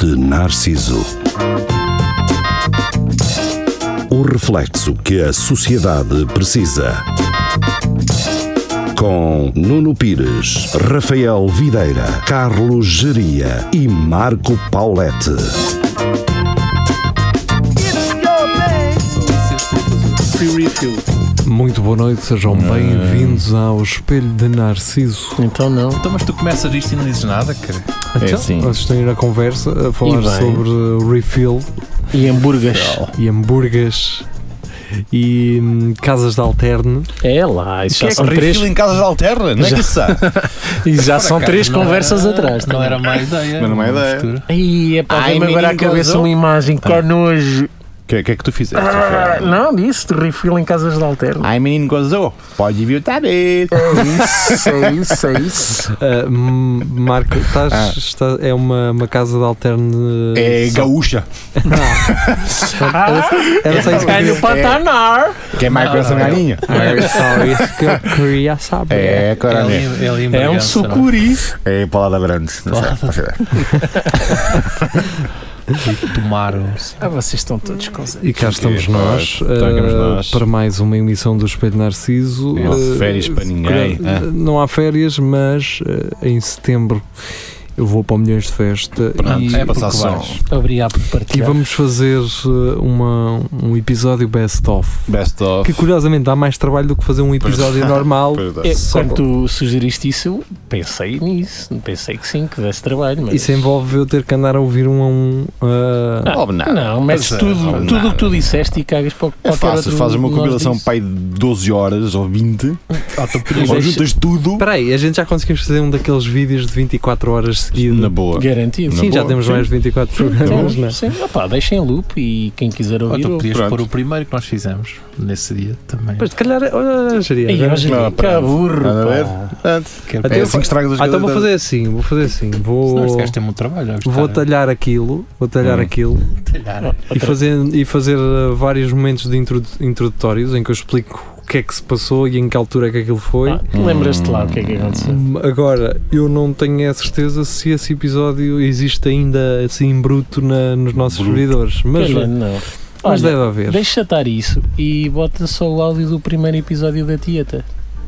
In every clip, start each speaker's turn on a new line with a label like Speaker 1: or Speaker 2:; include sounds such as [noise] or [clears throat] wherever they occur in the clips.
Speaker 1: de Narciso. O reflexo que a sociedade precisa. Com Nuno Pires, Rafael Videira, Carlos Geria e Marco Paulette.
Speaker 2: Free refill.
Speaker 3: Muito boa noite, sejam
Speaker 4: Ah.
Speaker 3: bem-vindos ao Espelho de Narciso.
Speaker 4: Então não.
Speaker 2: Então, mas tu começas isto e não dizes nada, cara.
Speaker 4: É assim.
Speaker 3: Vocês estão a ir à conversa a falar
Speaker 4: E bem.
Speaker 3: sobre uh, refill
Speaker 4: E hambúrgueres.
Speaker 3: e hambúrgueres e hum, casas de alterne.
Speaker 4: É lá, isso já
Speaker 5: que
Speaker 4: são
Speaker 5: é
Speaker 4: três,
Speaker 5: refill em casas de alterna? Não é que se sabe.
Speaker 4: e já são
Speaker 2: Cara,
Speaker 4: três
Speaker 2: não
Speaker 4: conversas
Speaker 2: era-
Speaker 4: atrás.
Speaker 2: Não era [laughs] má ideia.
Speaker 5: Mas não é ideia.
Speaker 2: Mistura.
Speaker 4: Ai, é para
Speaker 5: Ai,
Speaker 4: ver-me agora a
Speaker 5: menino
Speaker 4: cabeça
Speaker 5: gozou.
Speaker 4: uma imagem, que cornojo.
Speaker 5: O que, que é que tu fizeste?
Speaker 4: Ah, Não, disso, de refil em casas de alterno.
Speaker 5: Ai, menino gozou. Pode vir outra vez.
Speaker 4: isso, é isso, é isso.
Speaker 3: Uh, hum, Marco, estás-
Speaker 5: Ah.
Speaker 3: está- é uma, uma casa de alterne. uh,
Speaker 5: É
Speaker 3: só-
Speaker 5: gaúcha.
Speaker 4: [laughs]
Speaker 3: Era só isso que eu
Speaker 4: Ganho
Speaker 3: queria-
Speaker 4: patanar.
Speaker 5: Que é mais
Speaker 2: Não, não,
Speaker 5: coração
Speaker 2: não.
Speaker 5: galinha.
Speaker 3: era só isso que eu queria saber.
Speaker 5: É,
Speaker 2: É né? ali-
Speaker 5: coronel.
Speaker 2: ali em
Speaker 4: É um
Speaker 2: Bragança,
Speaker 4: sucuri.
Speaker 5: É Paulada Brandes. Não sei, não sei.
Speaker 2: não é? Tomaram-se.
Speaker 4: Ah, vocês estão todos com
Speaker 3: E cá estamos nós,
Speaker 5: Pois, cá estamos
Speaker 3: uh,
Speaker 5: nós.
Speaker 3: para mais uma emissão do Espelho Narciso.
Speaker 5: Não há
Speaker 3: Uh,
Speaker 5: férias para ninguém,
Speaker 3: cura-
Speaker 5: é?
Speaker 3: Não há férias, mas uh, em setembro eu vou para o Milhões de Festa
Speaker 5: Pronto,
Speaker 3: e,
Speaker 5: é passar
Speaker 3: porque
Speaker 5: som.
Speaker 3: vais.
Speaker 4: Obrigado por
Speaker 3: E
Speaker 4: partilhar.
Speaker 3: vamos fazer uh, uma, um episódio best-of.
Speaker 5: Best of.
Speaker 3: Que curiosamente dá mais trabalho do que fazer um episódio normal.
Speaker 5: [laughs] Pois dá.
Speaker 4: É,
Speaker 3: Só-
Speaker 4: quando tu sugeriste isso, eu pensei nisso. Pensei que sim, que desse trabalho. Mas...
Speaker 3: Isso envolve eu ter que andar a ouvir um a um. uh,
Speaker 4: Ah,
Speaker 5: Óbvio, nada.
Speaker 4: Não, metes
Speaker 5: Mas,
Speaker 4: tudo
Speaker 5: óbvio,
Speaker 4: tudo o
Speaker 5: nada.
Speaker 4: que tu disseste e cagas para qualquer
Speaker 5: É fácil,
Speaker 4: outro
Speaker 5: fazes uma
Speaker 4: nós
Speaker 5: compilação
Speaker 4: disse.
Speaker 5: pai de 12 horas ou 20,
Speaker 4: E
Speaker 5: ou
Speaker 4: deixa-
Speaker 5: juntas tudo
Speaker 3: Espera aí, a gente já conseguimos fazer um daqueles vídeos de 24 horas seguidas.
Speaker 5: na boa.
Speaker 4: Garantido.
Speaker 5: Na
Speaker 3: Sim, já
Speaker 5: boa,
Speaker 3: temos
Speaker 5: sim.
Speaker 3: mais de 24 programas, não é?
Speaker 4: Temos, sim. Opá, deixem loop e quem quiser
Speaker 2: Ou
Speaker 4: ouvir.
Speaker 2: tu
Speaker 4: ouve.
Speaker 2: podias
Speaker 5: Pronto.
Speaker 2: pôr o primeiro que nós fizemos nesse dia também.
Speaker 3: Pois, se calhar, olha, seria.
Speaker 4: Ei, hoje
Speaker 5: Ah,
Speaker 4: é que
Speaker 5: pronto.
Speaker 4: burro.
Speaker 5: Nada a ver?
Speaker 4: pá.
Speaker 5: Portanto,
Speaker 2: Quero
Speaker 3: Até
Speaker 5: É
Speaker 3: eu-
Speaker 5: assim que estragas as
Speaker 3: Ah, então
Speaker 5: coisas.
Speaker 3: vou fazer assim, vou fazer assim,
Speaker 2: Senão
Speaker 3: vou,
Speaker 2: este gajo tem muito trabalho. a
Speaker 3: vou
Speaker 2: gostar.
Speaker 3: talhar aquilo, vou talhar
Speaker 5: Hum.
Speaker 3: aquilo
Speaker 2: Talhar.
Speaker 3: e fazer, e fazer uh, vários momentos de introdu- introdutórios em que eu explico o que é que se passou e em que altura é que aquilo foi.
Speaker 4: Ah, tu Lembras-te lá o que é que aconteceu?
Speaker 3: Hum, Agora, eu não tenho a certeza se esse episódio existe ainda assim bruto na- nos nossos
Speaker 5: Bruto.
Speaker 3: servidores, mas,
Speaker 4: Pena, não.
Speaker 3: mas
Speaker 4: Olha,
Speaker 3: deve haver.
Speaker 4: deixa estar isso e bota só o áudio do primeiro episódio da Tieta,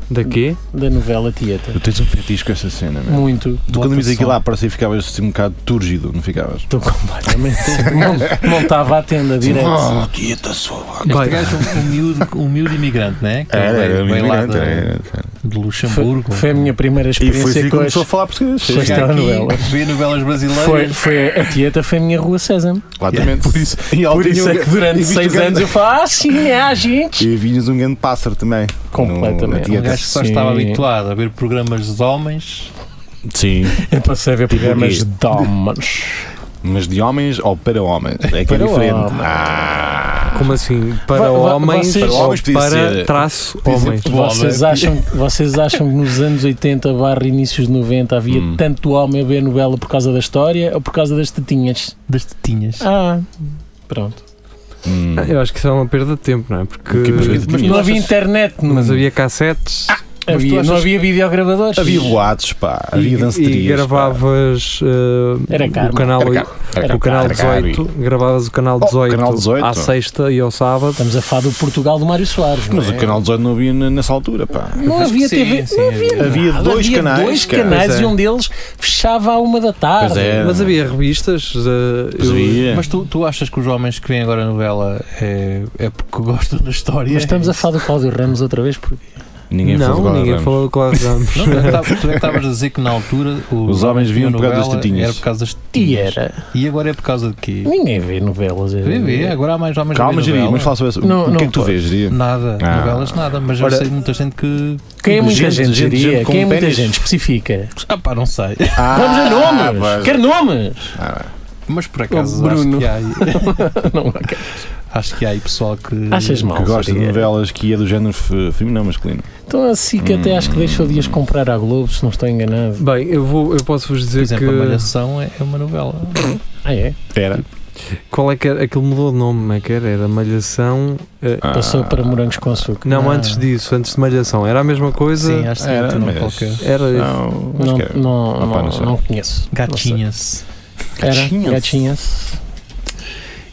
Speaker 3: Daqui?
Speaker 4: da novela Tieta.
Speaker 5: Tu tens um fetiche com esta cena, meu.
Speaker 4: Muito.
Speaker 5: Tu
Speaker 4: Bota
Speaker 5: quando me aquilo
Speaker 4: só.
Speaker 5: lá parecia que ficavas assim um bocado turgido, não ficavas?
Speaker 4: Estou completamente. Mont- Montava a tenda direto.
Speaker 5: Oh, dieta sua.
Speaker 2: Este
Speaker 3: Vai.
Speaker 2: gajo é um, um,
Speaker 4: [laughs]
Speaker 2: miúdo, um miúdo imigrante, não é? Que
Speaker 5: Era, era, um
Speaker 2: vem- vem lá né?
Speaker 5: imigrante,
Speaker 2: da-
Speaker 5: era.
Speaker 2: de
Speaker 4: Foi,
Speaker 2: Luxemburgo.
Speaker 4: foi a minha primeira
Speaker 5: E foi assim
Speaker 4: experiência
Speaker 5: que
Speaker 4: com as.
Speaker 5: começou a falar português.
Speaker 4: Foi-
Speaker 2: Chega
Speaker 4: Estas
Speaker 2: aqui,
Speaker 4: novelas.
Speaker 2: Vê novelas brasileiras.
Speaker 4: Foi, foi a Tieta foi a minha rua Sésamo.
Speaker 5: Exatamente. Por isso, um e
Speaker 4: Por isso é que durante seis anos eu falo, ah, sim, é a gente.
Speaker 5: E vinhas um grande pássaro também.
Speaker 4: Completamente.
Speaker 5: No-
Speaker 2: Um
Speaker 5: na
Speaker 2: gajo
Speaker 5: dieta.
Speaker 2: que só
Speaker 4: Sim.
Speaker 2: estava habituado a ver programas de homens.
Speaker 5: Sim.
Speaker 4: Eu passei a ver programas
Speaker 5: quê?
Speaker 4: de homens.
Speaker 5: Mas de homens ou para homens? É que é
Speaker 4: Para
Speaker 5: diferente.
Speaker 4: homens.
Speaker 5: Ah,
Speaker 3: Como assim? Para
Speaker 4: Va- va-
Speaker 3: homens,
Speaker 4: vocês-
Speaker 3: ou
Speaker 5: Para homens podia
Speaker 3: para
Speaker 5: ser-
Speaker 3: traço
Speaker 5: podia ser
Speaker 3: homens.
Speaker 2: Futebol,
Speaker 4: Vocês
Speaker 2: não é?
Speaker 4: acham, vocês acham que nos anos 80 barra inícios de 90 havia
Speaker 5: Hum.
Speaker 4: tanto homem a ver novela por causa da história ou por causa das tetinhas?
Speaker 2: Das tetinhas.
Speaker 4: Ah, pronto.
Speaker 5: hum.
Speaker 3: Ah, Eu acho que isso é uma perda de tempo, não é? Porque.
Speaker 5: Que perda de
Speaker 2: Mas
Speaker 5: tempo.
Speaker 2: tu
Speaker 4: não havia
Speaker 2: achas-
Speaker 4: internet, não
Speaker 5: Hum.
Speaker 3: Mas havia cassetes
Speaker 5: Ah,
Speaker 2: mas tu
Speaker 4: havia, não
Speaker 2: achas-
Speaker 4: havia videogravadores.
Speaker 5: Havia boatos, pá. Havia
Speaker 3: e,
Speaker 5: danceterias.
Speaker 3: e gravavas uh,
Speaker 4: Era caro,
Speaker 3: o canal,
Speaker 5: Era caro.
Speaker 3: o canal 18, gravavas o canal
Speaker 5: Oh,
Speaker 3: 18,
Speaker 5: canal 18.
Speaker 3: à sexta e ao sábado.
Speaker 4: Estamos a falar do Portugal do Mário Soares. não
Speaker 5: Mas
Speaker 4: é?
Speaker 5: o canal 18 não havia n- nessa altura, pá.
Speaker 4: Não
Speaker 2: Mas
Speaker 4: havia
Speaker 2: sim,
Speaker 4: TV.
Speaker 2: sim,
Speaker 4: não
Speaker 2: havia.
Speaker 4: havia nada.
Speaker 5: Havia dois
Speaker 4: Havia
Speaker 5: canais,
Speaker 4: dois
Speaker 5: cara.
Speaker 4: canais
Speaker 3: Pois é.
Speaker 4: e um deles fechava à uma da tarde.
Speaker 5: Pois é.
Speaker 3: Mas havia revistas. uh,
Speaker 5: Mas
Speaker 3: eu-
Speaker 5: havia.
Speaker 2: Mas tu, tu achas que os homens que veem agora a novela é, é porque gostam da história?
Speaker 4: Mas estamos a falar do Cláudio Ramos outra vez porque
Speaker 5: Ninguém
Speaker 3: não,
Speaker 5: falou de
Speaker 3: ninguém
Speaker 5: Ramos.
Speaker 3: falou de
Speaker 5: [laughs]
Speaker 3: Cláudio Ramos.
Speaker 2: Não, tu é que tava- tu é que estavas a dizer que na altura
Speaker 5: Os homens vinham por causa das tetinhas.
Speaker 2: Era por causa das
Speaker 4: E
Speaker 2: tetinhas.
Speaker 4: era.
Speaker 2: E agora é por causa de quê?
Speaker 4: Ninguém vê novelas. é
Speaker 2: Vê, vê, é agora há mais homens a
Speaker 5: Calma,
Speaker 2: ver
Speaker 5: Geri,
Speaker 2: novela.
Speaker 5: mas fala sobre isso.
Speaker 4: Não,
Speaker 5: o que
Speaker 4: não
Speaker 5: é que tu
Speaker 4: pode.
Speaker 5: vês, Geri?
Speaker 2: Nada,
Speaker 5: Ah.
Speaker 2: novelas nada, mas
Speaker 3: Ora-
Speaker 2: eu sei de muita gente que.
Speaker 4: Quem é muita
Speaker 5: Tipo, Gente, gente,
Speaker 4: gente,
Speaker 5: gente
Speaker 4: diria?
Speaker 5: com
Speaker 4: Quem é muita
Speaker 5: pênis.
Speaker 4: gente? Especifica.
Speaker 2: Ah pá, não sei. [laughs]
Speaker 4: Vamos a nomes!
Speaker 5: Ah, pois. Ah,
Speaker 4: Quero nomes! [laughs]
Speaker 2: Mas por acaso
Speaker 4: Oh, Bruno.
Speaker 2: acho que há aí, [laughs]
Speaker 4: Não, ok.
Speaker 2: acho que há aí pessoal que.
Speaker 4: Achas mal?
Speaker 5: Que gosta de
Speaker 4: Geri.
Speaker 5: novelas que é do género fe- feminino ou masculino.
Speaker 4: Então a SIC
Speaker 5: Hum.
Speaker 4: até acho que deixou de as comprar à Globo, se não estou enganado.
Speaker 3: Bem, eu, vou, eu posso vos
Speaker 2: Por
Speaker 3: dizer
Speaker 2: exemplo, a
Speaker 3: que.
Speaker 2: Malhação é, é uma novela.
Speaker 4: Ah, é?
Speaker 5: Era.
Speaker 3: Qual é que era? Aquilo mudou de nome, não é que era? Era Malhação. eh,
Speaker 5: Ah.
Speaker 4: Passou para Morangos com Açúcar.
Speaker 3: não,
Speaker 2: Ah.
Speaker 3: antes disso, antes de Malhação. Era a mesma coisa.
Speaker 2: Sim, acho que
Speaker 5: Era,
Speaker 2: era,
Speaker 5: mas-
Speaker 2: qualquer.
Speaker 3: Era.
Speaker 5: Não, acho
Speaker 4: Não,
Speaker 5: que era.
Speaker 4: não,
Speaker 5: Opa,
Speaker 4: não,
Speaker 5: não sei.
Speaker 4: não conheço.
Speaker 2: Gatinha-se.
Speaker 4: Era,
Speaker 5: Gatinhas.
Speaker 4: gatinhas.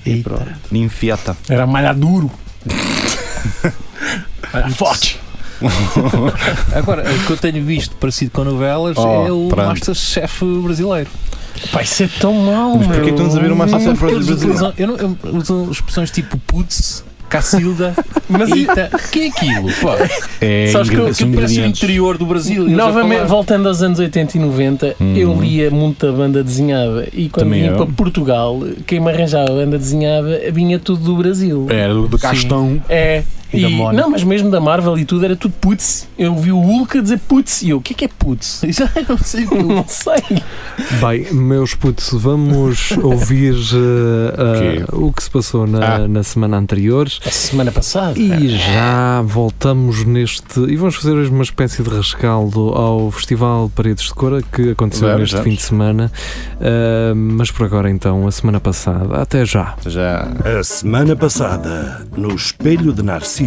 Speaker 2: E
Speaker 5: Ninfiata.
Speaker 4: Era malhaduro. Era forte.
Speaker 2: [laughs] Agora, o que eu tenho visto parecido com novelas
Speaker 5: Oh,
Speaker 2: é o
Speaker 5: pronto.
Speaker 2: Masterchef brasileiro.
Speaker 4: Vai ser tão mal,
Speaker 5: Mas porquê
Speaker 4: meu.
Speaker 5: estamos a ver uma
Speaker 4: Não,
Speaker 5: Masterchef
Speaker 2: Porque eles
Speaker 5: brasileiro?
Speaker 2: utilizam, eu não, eu usam expressões tipo putz,
Speaker 4: [laughs]
Speaker 2: cacilda, ita. O que é aquilo? Pô,
Speaker 5: É
Speaker 4: Sabes
Speaker 5: ingredientes- são
Speaker 4: que eu-
Speaker 2: que parece o
Speaker 5: ingredientes.
Speaker 2: interior do Brasil. eles a
Speaker 4: Novamente,
Speaker 2: falar.
Speaker 4: voltando aos anos 80 e 90,
Speaker 5: Uhum.
Speaker 4: eu lia muita banda desenhada e quando
Speaker 5: Também
Speaker 4: vinha
Speaker 5: eu.
Speaker 4: para Portugal, quem me arranjava banda desenhada vinha tudo do Brasil.
Speaker 5: É, do, do Castão.
Speaker 4: É.
Speaker 2: E
Speaker 4: E
Speaker 2: da Mónica.
Speaker 4: não, mas mesmo da Marvel e tudo, era tudo putz. Eu vi o Hulk a dizer putz e eu, o que é que é putz? [laughs] tipo,
Speaker 2: Isso é não sei o que-
Speaker 4: Não sei.
Speaker 3: Bem, meus putos,
Speaker 5: [laughs]
Speaker 3: vamos ouvir eh, eh, o que se passou na,
Speaker 5: Ah.
Speaker 3: na semana anterior.
Speaker 4: A semana passada.
Speaker 3: E já voltamos neste. E vamos fazer hoje uma espécie de rescaldo ao Festival Paredes de Cora que aconteceu
Speaker 5: Vamos,
Speaker 3: neste
Speaker 5: vamos.
Speaker 3: fim de semana. Ah, mas por agora, então, a semana passada. Até já.
Speaker 5: Já.
Speaker 1: A semana passada, no Espelho de Narciso.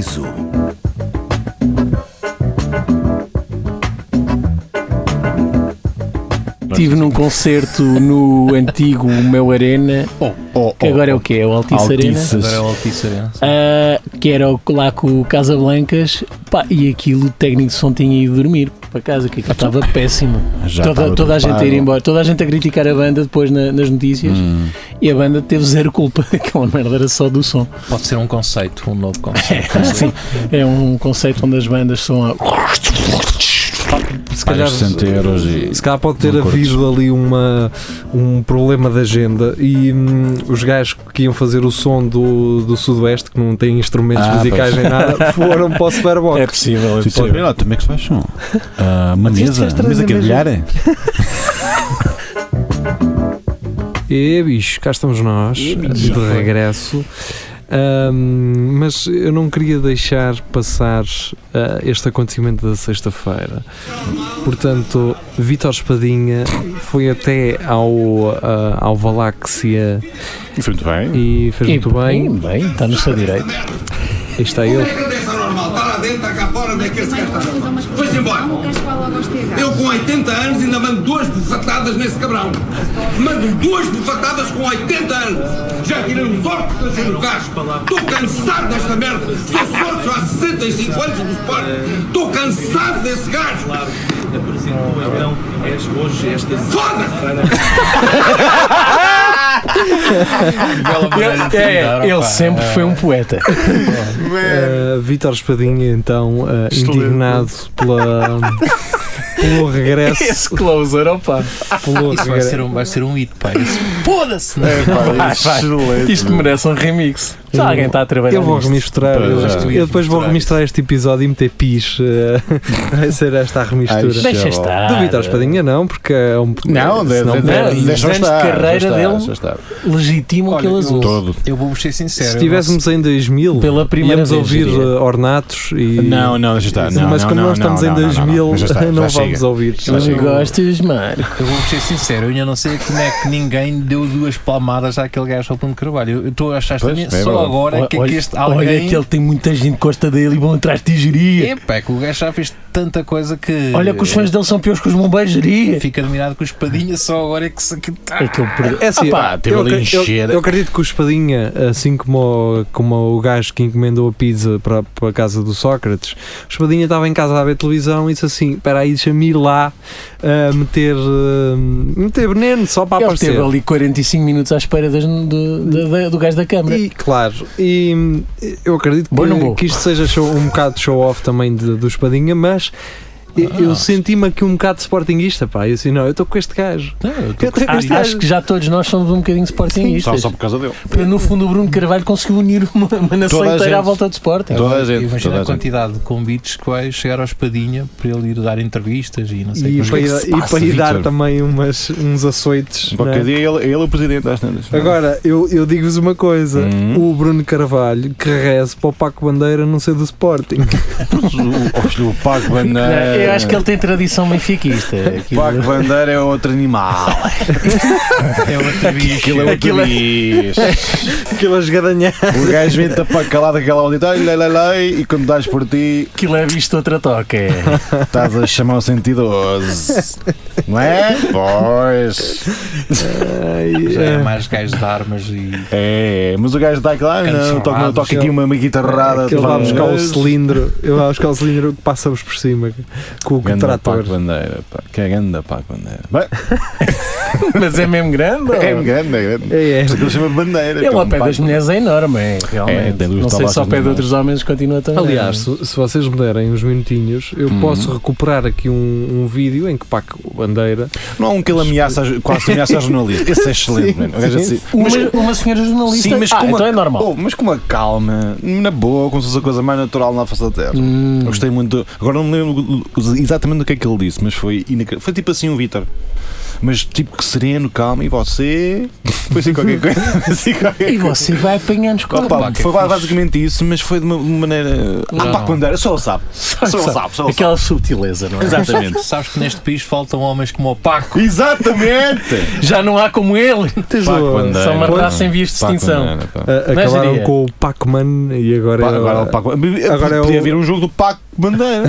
Speaker 4: Estive num concerto no antigo Meu Arena,
Speaker 5: Oh,
Speaker 4: que agora é o quê? É o Altice, Arena.
Speaker 2: Agora é o Altice Arena.
Speaker 4: Ah, que era o- lá com o Casablancas, pá, e aquilo o técnico de som tinha ido dormir para casa, que aquilo estava péssimo.
Speaker 5: Já
Speaker 4: toda
Speaker 5: estava
Speaker 4: toda a
Speaker 5: tudo
Speaker 4: gente a ir
Speaker 5: pago.
Speaker 4: embora, toda a gente a criticar a banda depois na- nas notícias,
Speaker 5: Hum.
Speaker 4: e a banda teve zero culpa, [laughs] aquela merda era só do som.
Speaker 2: Pode ser um conceito, um novo conceito.
Speaker 4: Sim, é um conceito onde as bandas são a.
Speaker 3: Se
Speaker 5: Pagas 60 euros e.
Speaker 3: se calhar pode ter
Speaker 5: não curtes.
Speaker 3: havido ali uma, um problema de agenda e hum, os gajos que iam fazer o som do, do Sudoeste, que não têm instrumentos
Speaker 5: Ah,
Speaker 3: musicais nem
Speaker 5: [laughs]
Speaker 3: nada, foram para o Superbox.
Speaker 4: possível,
Speaker 5: Tu disseste, "Olha lá, como é que se faz som? Ah, uma mesa?
Speaker 3: tens
Speaker 5: Uma mesa
Speaker 3: trazido
Speaker 5: cavilhar?
Speaker 3: E bicho, cá estamos nós, de regresso. Ahm, mas eu não queria deixar passar ah, este acontecimento da sexta-feira. Portanto, Vítor Espadinha foi até ao, ah, ao Valáxia
Speaker 5: E foi muito bem.
Speaker 3: e fez muito bem.
Speaker 4: Bem, está no seu direito.
Speaker 3: Aí está ele.
Speaker 6: Previdência normal, está lá dentro, está cá fora, onde é que esse gajo está? Foi-se embora. Eu com 80 anos ainda mando duas bufatadas nesse cabrão. Mando duas bufatadas com 80 anos. Já tirei os orcos que deixei no um casco. Estou cansado desta merda. Sou sócio há 65 anos do Sport. Estou cansado desse gajo. Foda-se!
Speaker 2: Bela maneira de terminar,
Speaker 4: É, ele
Speaker 2: opa.
Speaker 4: sempre foi um poeta.
Speaker 3: Ah, Vítor Espadinha, então, ah, indignado pela, [laughs] pelo regresso.
Speaker 4: closer, opa.
Speaker 3: Pelo
Speaker 2: Isso vai
Speaker 3: regresso.
Speaker 2: ser um, vai ser um hit, pá. Isso- Foda-se! não é?
Speaker 4: Isto merece um remix. Já alguém está a trabalhar.
Speaker 3: Eu vou
Speaker 4: nisto.
Speaker 3: remistrar,
Speaker 5: Pois,
Speaker 3: eu,
Speaker 5: acho
Speaker 2: que tu
Speaker 3: eu
Speaker 2: ias
Speaker 3: depois vou
Speaker 2: misturar
Speaker 3: remistrar este episódio e meter pis. eh, [laughs] Vai ser esta a remistura.
Speaker 5: Ai,
Speaker 4: Deixa estar.
Speaker 3: Do Vitor Espadinha, não, porque é um.
Speaker 5: Não, de,
Speaker 3: senão
Speaker 5: de,
Speaker 3: perde.
Speaker 4: não,
Speaker 5: de,
Speaker 4: os
Speaker 5: deixa
Speaker 4: anos de
Speaker 5: estar.
Speaker 4: carreira
Speaker 5: deixa
Speaker 4: dele-
Speaker 5: estar, deixa estar.
Speaker 4: Legitimam
Speaker 2: Olha,
Speaker 4: aquele azul.
Speaker 5: Todo.
Speaker 2: Eu vou ser sincero.
Speaker 3: Se estivéssemos em 2000,
Speaker 4: Pela primeira
Speaker 3: íamos
Speaker 4: vez,
Speaker 3: ouvir
Speaker 4: diria.
Speaker 3: eh, ornatos e.
Speaker 5: Não, não, deixa estar. Não,
Speaker 3: mas
Speaker 5: não,
Speaker 3: como
Speaker 5: não,
Speaker 3: nós estamos
Speaker 5: não,
Speaker 3: em
Speaker 5: não, não,
Speaker 3: 2000,
Speaker 5: não,
Speaker 3: não, [laughs]
Speaker 5: já está, já
Speaker 3: vamos
Speaker 5: chega.
Speaker 3: ouvir.
Speaker 5: Já
Speaker 4: Tu
Speaker 5: chega.
Speaker 4: gostas, mano.
Speaker 3: um-
Speaker 2: Eu vou ser sincero, eu ainda não sei como é que ninguém deu duas palmadas àquele gajo ao Bruno Carvalho. Eu estou a achar
Speaker 5: Pois,
Speaker 2: estranho
Speaker 5: é
Speaker 2: só
Speaker 5: verdade.
Speaker 2: agora que é que este alguém.
Speaker 4: olha que ele tem muita gente que gosta dele e vão atrás de ti, geria.
Speaker 2: Epá, é que o gajo já fez tanta coisa que.
Speaker 4: Olha que os fãs dele são piores que os bombeiros, geria.
Speaker 2: Fico admirado com o Espadinha, só agora é que se. que- Ah,
Speaker 4: Aquele per-
Speaker 3: É assim,
Speaker 4: Opa,
Speaker 5: teve
Speaker 3: eu,
Speaker 5: ali
Speaker 3: acre- eu-
Speaker 5: encher.
Speaker 3: eu acredito que o Espadinha, assim como o, como o gajo que encomendou a pizza para, para a casa do Sócrates, o Espadinha estava em casa a ver televisão e disse assim: Espera aí, deixa-me ir lá ah, meter, ah, meter veneno só para
Speaker 4: Ele
Speaker 3: aparecer.
Speaker 4: esteve ali 45 minutos à espera das- do, do- da- do gajo da câmara.
Speaker 3: E claro, e hum, eu acredito
Speaker 4: Bom, não
Speaker 3: que,
Speaker 4: vou.
Speaker 3: que isto seja show- um bocado de show-off também de- do Espadinha, mas eu, eu senti-me aqui um bocado sportinguista, pá. Eu assim, não, eu estou com este gajo. Ah,
Speaker 2: não, eu tô-
Speaker 3: Eu estou com este
Speaker 4: Acho, Ah, acho
Speaker 3: gajo.
Speaker 4: que já todos nós somos um bocadinho
Speaker 5: Só,
Speaker 4: sportingistas.
Speaker 5: só por causa dele.
Speaker 4: Porque, No fundo, o Bruno Carvalho conseguiu unir uma, uma nação
Speaker 5: Toda a
Speaker 4: inteira à
Speaker 5: gente.
Speaker 4: volta do Sporting.
Speaker 5: Toda a gente.
Speaker 2: Imagina
Speaker 5: Toda
Speaker 2: a
Speaker 5: a gente.
Speaker 2: quantidade de convites que vai chegar ao Espadinha para ele ir dar entrevistas e não sei
Speaker 3: E
Speaker 2: o
Speaker 3: para,
Speaker 2: que.
Speaker 3: ir,
Speaker 5: se
Speaker 3: e
Speaker 5: passa,
Speaker 3: para ir dar
Speaker 5: Vítor?
Speaker 3: também umas, uns açoites. não é?
Speaker 5: Qualquer dia ele, ele é o presidente das tendas.
Speaker 3: Agora, eu, eu digo-vos uma coisa:
Speaker 5: Hum.
Speaker 3: o Bruno [laughs] Carvalho que reze para o Paco Bandeira não ser do Sporting.
Speaker 5: o, o, o Paco Bandeira.
Speaker 4: eu acho que ele tem tradição
Speaker 5: [laughs]
Speaker 4: benfiquista. Aquilo-
Speaker 5: Paco Bandeira é outro animal.
Speaker 2: É outro bicho.
Speaker 5: Aquilo é outro bicho.
Speaker 3: Aquelas gadanhas.
Speaker 5: O gajo vem-te para calado aquela auditório, lei, lei, lei, e quando dás por ti,
Speaker 4: Aquilo é visto de outra toca.
Speaker 5: [laughs] estás a chamar o sentido 12. Não é? Pois.
Speaker 2: Já é mais gajo de armas e.
Speaker 5: É, mas o gajo está aqui lá, não, toca, não, toca aqui uma guitarrada. um
Speaker 3: Ele vai
Speaker 5: fala,
Speaker 3: buscar o
Speaker 5: "Mas,
Speaker 3: cilindro. Ele vai buscar o cilindro que passamos por cima com o
Speaker 5: Ganda Paco
Speaker 3: trator.
Speaker 5: Bandeira, pá. Que é ganda Paco Bandeira. Bem,
Speaker 4: Mas é mesmo grande?
Speaker 5: é
Speaker 4: [laughs] ou-
Speaker 5: grande, é grande.
Speaker 3: É, é.
Speaker 5: Por isso é que ele chama Bandeira.
Speaker 4: Ele ao
Speaker 5: como
Speaker 4: pé das
Speaker 5: Paco.
Speaker 4: mulheres é enorme, é,
Speaker 5: É,
Speaker 4: realmente.
Speaker 5: tem duas
Speaker 4: não sei se ao
Speaker 5: tabachas
Speaker 4: pé de
Speaker 5: na
Speaker 4: outros homens continua tão grande.
Speaker 3: Aliás, se, se vocês me derem uns minutinhos, eu posso recuperar aqui um, um vídeo em que Paco Bandeira.
Speaker 5: Não há um que ele ameaça, às- quase ameaça a jornalista. Esse é excelente, mano. O gajo
Speaker 3: sim,
Speaker 5: assim.
Speaker 4: Uma, uma senhora jornalista.
Speaker 5: Sim, mas
Speaker 4: ah,
Speaker 5: com uma,
Speaker 4: então é normal.
Speaker 5: Oh, mas com uma calma, na boa, como se fosse a coisa mais natural na face da Terra. Eu Gostei muito. Agora não me lembro exatamente do que é que ele disse, mas foi inac- Foi tipo assim o Vitor. Mas tipo que sereno, calmo, e você? [laughs] Foi assim qualquer coisa. foi assim qualquer
Speaker 4: E
Speaker 5: coisa.
Speaker 4: você vai apanhando com
Speaker 5: Opa, foi basicamente isso, mas foi de uma, de uma maneira. Ah,
Speaker 2: Não.
Speaker 5: pá, Bandeira, só o sabe. Só o sabe, só o sabe.
Speaker 4: Aquela subtileza, não é?
Speaker 5: Exatamente.
Speaker 2: Sabes que neste país faltam homens como o Paco.
Speaker 5: Exatamente!
Speaker 2: [laughs]
Speaker 4: Já não há como ele.
Speaker 3: Tens o-
Speaker 4: São uma raça em vias de extinção.
Speaker 3: a-
Speaker 4: Não é,
Speaker 3: acabaram
Speaker 4: Jeria?
Speaker 3: com o Pac-Man e agora,
Speaker 5: Pá, Agora, é o Paco-
Speaker 3: Agora é o-
Speaker 5: podia haver um jogo do Paco Bandeira.